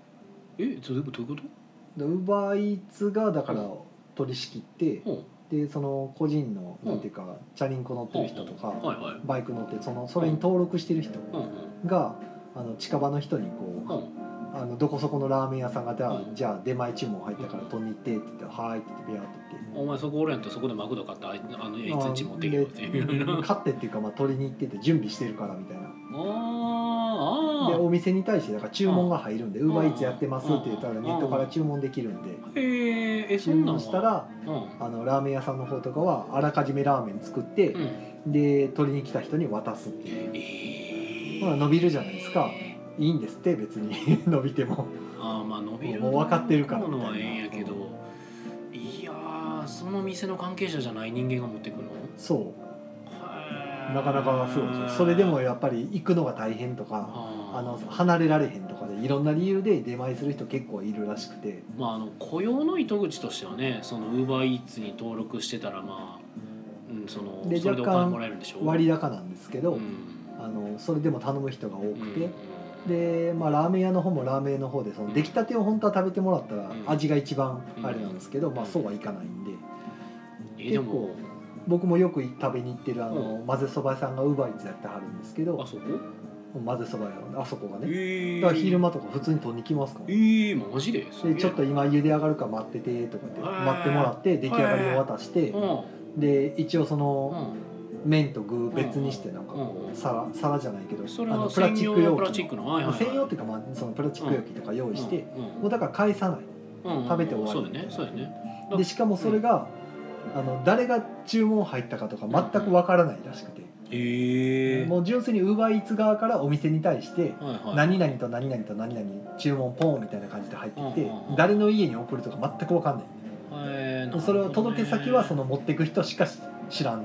Speaker 1: えどういうことどういうこ
Speaker 2: ウーバーイーツがだから
Speaker 1: うん
Speaker 2: 取り仕切って
Speaker 1: とほ
Speaker 2: でその個人の
Speaker 1: うん
Speaker 2: なんていうかチャリンコ乗ってる人と
Speaker 1: う
Speaker 2: か
Speaker 1: はいはい
Speaker 2: バイク乗ってそのそれに登録してる人
Speaker 1: うん
Speaker 2: があの近場の人に
Speaker 1: うんう
Speaker 2: こ
Speaker 1: ん
Speaker 2: うあのどこそこのラーメン屋さんがじゃあ
Speaker 1: うん
Speaker 2: じゃあ出前注文入ったから
Speaker 1: うん
Speaker 2: 取りに行ってって言って「はーい」って言ってビャーって言って。
Speaker 1: お前そこおるやんとそこでマクド買ってあいあのいつんち持ってきろって いう
Speaker 2: まあで
Speaker 1: あ
Speaker 2: 買ってっていうか、まあ、取りに行ってて準備してるからみたいな
Speaker 1: あ
Speaker 2: で
Speaker 1: ー
Speaker 2: お店に対してだから注文が入るんで「ウ
Speaker 1: ん
Speaker 2: ーバーイーツやってます」って言ったら
Speaker 1: うん
Speaker 2: ネットから注文できるんで
Speaker 1: あーへええそん
Speaker 2: 注
Speaker 1: なん
Speaker 2: 文
Speaker 1: は
Speaker 2: したら
Speaker 1: うん
Speaker 2: あのラーメン屋さんの方とかはあらかじめラーメン作って
Speaker 1: うん
Speaker 2: で取りに来た人に渡すっていう
Speaker 1: ええ
Speaker 2: ほら伸びるじゃないですかいいんですって別に 伸びても
Speaker 1: あーまあ伸びる
Speaker 2: もう分かってるから
Speaker 1: のは
Speaker 2: み
Speaker 1: え
Speaker 2: たいな
Speaker 1: えんやけどいやーその店の関係者じゃない人間が持ってくるの
Speaker 2: そう
Speaker 1: へー
Speaker 2: なかなかすごいですよそれでもやっぱり行くのが大変とか
Speaker 1: あー
Speaker 2: あの離れられへんとかでいろんな理由で出前する人結構いるらしくて
Speaker 1: まあ、あの雇用の糸口としてはねそのウーバーイーツに登録してたらまあ、うん、その
Speaker 2: で
Speaker 1: それでお
Speaker 2: 若
Speaker 1: 金
Speaker 2: 干
Speaker 1: もらえるんでしょ
Speaker 2: 割
Speaker 1: だ
Speaker 2: 高なんですけど、あのそれでも頼む人が多くて、
Speaker 1: で
Speaker 2: で、まあ、ラーメン屋の方もラーメンの方でその出来たてを本当は食べてもらったら
Speaker 1: うん
Speaker 2: 味が一番あれなんですけど、まあ、そうはいかないんで
Speaker 1: えでも
Speaker 2: 僕もよく食べに行ってるあの、混ぜそば屋さんがウーバーイーツやってはるんですけど
Speaker 1: あそこ
Speaker 2: 混ぜそば屋あそこが
Speaker 1: え
Speaker 2: ね、
Speaker 1: ー、
Speaker 2: だから昼間とか普通に取りに来ますから、
Speaker 1: えー、マジですげえ
Speaker 2: でちょっと今茹で上がるから待っててとかって
Speaker 1: へー
Speaker 2: 待ってもらって出来上がりを渡して
Speaker 1: う
Speaker 2: で一応そ
Speaker 1: ん
Speaker 2: の麺と具別にしてなんか
Speaker 1: うん
Speaker 2: こ
Speaker 1: うん
Speaker 2: う皿皿じゃないけど
Speaker 1: うん、それ
Speaker 2: あ
Speaker 1: は
Speaker 2: の
Speaker 1: 専用のプラスチッ
Speaker 2: 器
Speaker 1: クの、はいはい
Speaker 2: の
Speaker 1: はい、
Speaker 2: 専用っていうかまあそのプラスチック容器とか用意して、
Speaker 1: うん
Speaker 2: もうだから返さない
Speaker 1: うんうん
Speaker 2: 食べて終わり
Speaker 1: そうだよねそうだよねうん
Speaker 2: でしかもそれが、あの誰が注文入ったかとか全くわからないらしくて、
Speaker 1: ええ
Speaker 2: もう純粋に UberEats 側からお店に対して
Speaker 1: はいはい、
Speaker 2: 何々と何々と何々注文ポンみたいな感じで入ってきて、
Speaker 1: うんうんうん
Speaker 2: 誰の家に送るとか全くわかんない、
Speaker 1: えーなるほどね
Speaker 2: それを届け先はその持ってく人しか知らん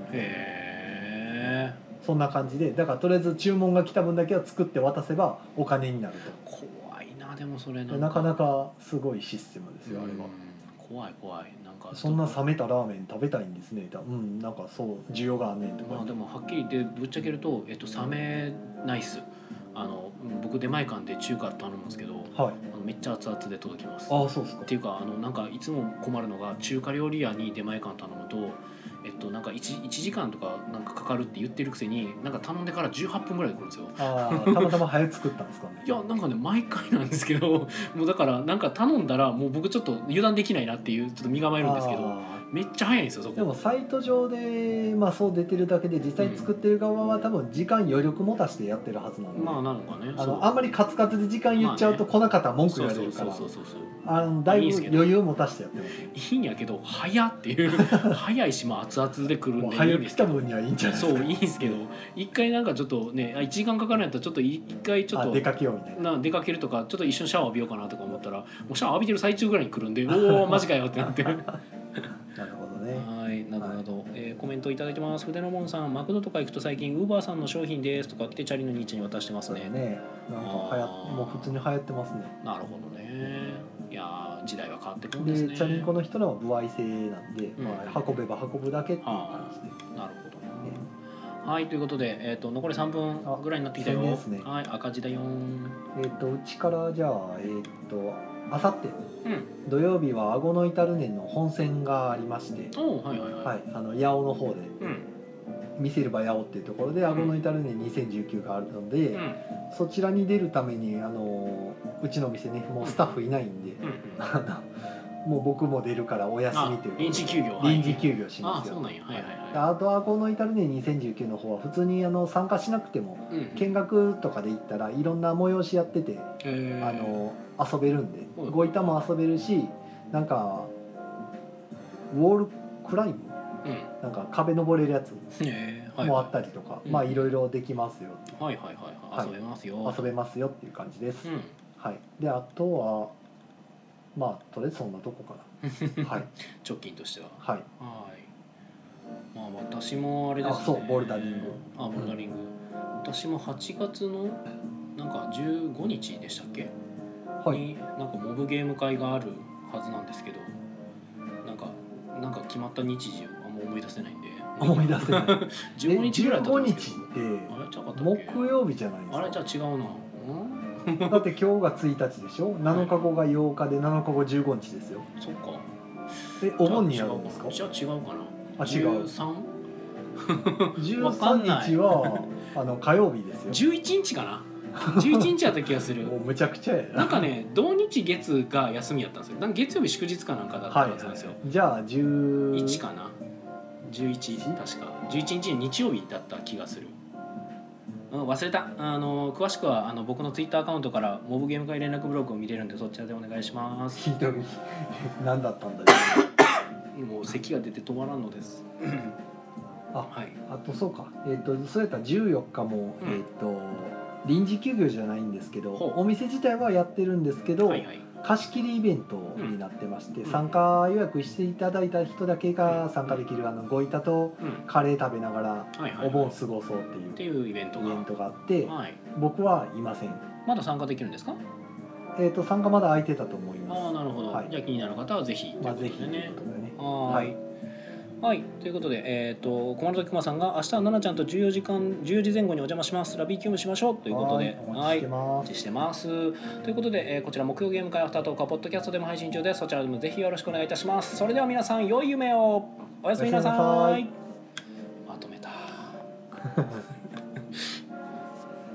Speaker 1: へえ
Speaker 2: そんな感じでだからとりあえず注文が来た分だけは作って渡せばお金になる
Speaker 1: 怖いなでもそれ
Speaker 2: となか
Speaker 1: か
Speaker 2: なかすごいシステムですよあれは。
Speaker 1: うん怖い怖いなんか
Speaker 2: そんな冷めたラーメン食べたいんですね。うん、なんかそう需要があんねんとか。
Speaker 1: まあでもはっきり言ってぶっちゃけると、えっと、サメナイスあのうん僕出前館で中華頼むんですけど
Speaker 2: はい。
Speaker 1: あのめっちゃ熱々で届きます
Speaker 2: ああそうですか
Speaker 1: っ。ていうかあのなんかいつも困るのが中華料理屋に出前館頼むと、えっと、なんか 1, 1時間とかなんかかかるって言ってるくせになんか頼んでから18分ぐらいで来るんですよ。
Speaker 2: ああたまたま早く作ったんですかね。
Speaker 1: いやなんかね毎回なんですけどもうだからなんか頼んだらもう僕ちょっと油断できないなっていうちょっと身構えるんですけど
Speaker 2: あ
Speaker 1: めっちゃ早いんですよそ
Speaker 2: ーでも
Speaker 1: こ。
Speaker 2: サイト上でまあそう出てるだけで実際作ってる側は多分時間余力持たしてやってるはずなんで。
Speaker 1: まあなのかね。
Speaker 2: あ
Speaker 1: そう
Speaker 2: のあんまりカツカツで時間言っちゃうと来なかったら文句
Speaker 1: そ
Speaker 2: 言
Speaker 1: う
Speaker 2: わ
Speaker 1: そ
Speaker 2: れ
Speaker 1: う
Speaker 2: るか
Speaker 1: そう
Speaker 2: ら
Speaker 1: そうそうそう
Speaker 2: あのだ
Speaker 1: いい
Speaker 2: い
Speaker 1: んす
Speaker 2: ぶ
Speaker 1: けど
Speaker 2: 余裕を持たせてやってます
Speaker 1: いいんやけど早って いう早いしまあ熱々で来る
Speaker 2: も
Speaker 1: んで
Speaker 2: う
Speaker 1: いい
Speaker 2: 早
Speaker 1: ん
Speaker 2: く
Speaker 1: で
Speaker 2: 来
Speaker 1: すけ
Speaker 2: た
Speaker 1: ど
Speaker 2: 分にはいいんじゃないです
Speaker 1: そ
Speaker 2: か
Speaker 1: ういいんですけど一回なんかちょっとねあ1時間かかるんやったらちょっとい一回ちょっ
Speaker 2: あ
Speaker 1: と
Speaker 2: 出かけようみたいな
Speaker 1: な出かけるとかちょっと一緒にシャワー浴びようかなとか思ったらもうシャワー浴びてる最中ぐらいに来るん でおおマジかよってなっては
Speaker 2: なるほどね
Speaker 1: いなどなど、えーコメントいただいてます筆のもんさんマクドとか行くと最近ウーバーさんの商品ですとかってチャリのニーチに渡してます
Speaker 2: それ
Speaker 1: ね
Speaker 2: ねなんかはやもう普通に流行ってますね
Speaker 1: なるほどねいやー時代は変わってくるん
Speaker 2: で
Speaker 1: ですね
Speaker 2: チャリンコの人らは歩合制なんで、
Speaker 1: ん
Speaker 2: まあ、運べば運ぶだけっていう感じで、
Speaker 1: なるほどなはいということで、えー、と残り3分ぐらいになってきたよ、
Speaker 2: あ宣伝ですね
Speaker 1: はい赤字だよーうん
Speaker 2: えっ、とうちからじゃあえっ、とあさって土曜日は顎の至る年の本戦がありまして、
Speaker 1: おーはいはいはい、
Speaker 2: はい、あの八尾の方で
Speaker 1: うん
Speaker 2: 見せれば八尾っていうところで顎の至る年2019があるので、
Speaker 1: うんうん
Speaker 2: そちらに出るためにあのうちの店ねもうスタッフいないんで、
Speaker 1: うん
Speaker 2: あのもう僕も出るからお休み
Speaker 1: あ
Speaker 2: ということで
Speaker 1: 臨時休業
Speaker 2: 臨時
Speaker 1: 業
Speaker 2: 休業しま
Speaker 1: あ
Speaker 2: すよ
Speaker 1: そうなんやはいはいは
Speaker 2: あとはこの「至る年2019」の方は普通にあの参加しなくても
Speaker 1: いうん
Speaker 2: 見学とかで行ったらいろんな催しやってて
Speaker 1: えー
Speaker 2: あの遊べるんで
Speaker 1: うん
Speaker 2: ごいたも遊べるしなんかウォールクライム
Speaker 1: うん
Speaker 2: なんか壁登れるやつ
Speaker 1: えーはい
Speaker 2: もあったりとか
Speaker 1: うん
Speaker 2: まあいろいろできますよ
Speaker 1: はいはいはいは
Speaker 2: はいい
Speaker 1: 遊べますよ、
Speaker 2: 遊べますよっていう感じです
Speaker 1: う、ん
Speaker 2: はい、であとはまあとりあえずそんなとこか なはい
Speaker 1: 直近としては
Speaker 2: はい
Speaker 1: はいまあ私もあれですね
Speaker 2: あそうボルダリング
Speaker 1: あボルダリング、私も8月のなんか15日でしたっけ
Speaker 2: はい
Speaker 1: になんかモブゲーム会があるはずなんですけどなんかなんか決まった日時をあんま思い出せないんで
Speaker 2: 思い出せない
Speaker 1: 15日ぐらいだったと思
Speaker 2: 15
Speaker 1: うんです
Speaker 2: 日
Speaker 1: けど
Speaker 2: って
Speaker 1: あれちゃうかったっけ
Speaker 2: 木曜日じゃないですか
Speaker 1: あれじゃあ違うな
Speaker 2: だって今日が1日でしょ7日後が8日で7日後15日ですよ
Speaker 1: うんそっか
Speaker 2: えお盆にやるんですか
Speaker 1: じゃあ違うかな
Speaker 2: あ違う
Speaker 1: 13?11 わかんない
Speaker 2: 13日はあの火曜日ですよ
Speaker 1: 日かな11日やった気がす
Speaker 2: もう
Speaker 1: る
Speaker 2: むちゃくちゃやな
Speaker 1: なんかね同日月が休みやったんですよなんか月曜日祝日かなんかだった
Speaker 2: はい
Speaker 1: はずなんですよ、
Speaker 2: じゃあ
Speaker 1: 1
Speaker 2: 11
Speaker 1: かな11確か11日に日曜日だった気がする、うん、忘れたあの詳しくはあの僕のツイッターアカウントからモブゲーム会連絡ブログを見れるんでそちらでお願いします
Speaker 2: ひどい 何だったんだよ
Speaker 1: もう咳が出て止まらんのです
Speaker 2: あ
Speaker 1: はい
Speaker 2: あとそうかえっ、とそうやったら14日も、
Speaker 1: うん
Speaker 2: えっ、と臨時休業じゃないんですけど
Speaker 1: ほう
Speaker 2: お店自体はやってるんですけど、
Speaker 1: はいはい
Speaker 2: 貸し切りイベントになってまして、
Speaker 1: うん
Speaker 2: 参加予約していただいた人だけ
Speaker 1: うん
Speaker 2: が参加できるあのご板と
Speaker 1: うん
Speaker 2: カレー食べながら
Speaker 1: はいはいはい
Speaker 2: お盆過ごそう
Speaker 1: っ
Speaker 2: って
Speaker 1: て
Speaker 2: いう
Speaker 1: いうイベント
Speaker 2: イベン
Speaker 1: が
Speaker 2: トがあって
Speaker 1: はい
Speaker 2: 僕はいません、
Speaker 1: まだ参加できるんですか
Speaker 2: えー、と参加まだ空いてたと思い
Speaker 1: ああ
Speaker 2: ま
Speaker 1: なるほど、
Speaker 2: はい
Speaker 1: じゃあ気になる方はぜひ
Speaker 2: すまあ
Speaker 1: とい
Speaker 2: ぜ
Speaker 1: うこと
Speaker 2: ひと
Speaker 1: で
Speaker 2: い
Speaker 1: ね
Speaker 2: うことでね
Speaker 1: はーいはい、ということで、えっ、と、小丸時熊さんが、明日は奈々ちゃんと14時間、14時前後にお邪魔します。ラビーキュームしましょうということで、
Speaker 2: お待ちして
Speaker 1: お
Speaker 2: ま
Speaker 1: 待
Speaker 2: す
Speaker 1: ちしてます。ということで、えーこちら木曜ゲーム会アフタートークはポッドキャストでも配信中です。そちらでもぜひよろしくお願いいたします。それでは皆さん、良い夢を。おやすみなさ
Speaker 2: おやすみなさ
Speaker 1: い
Speaker 2: い。
Speaker 1: まとめた。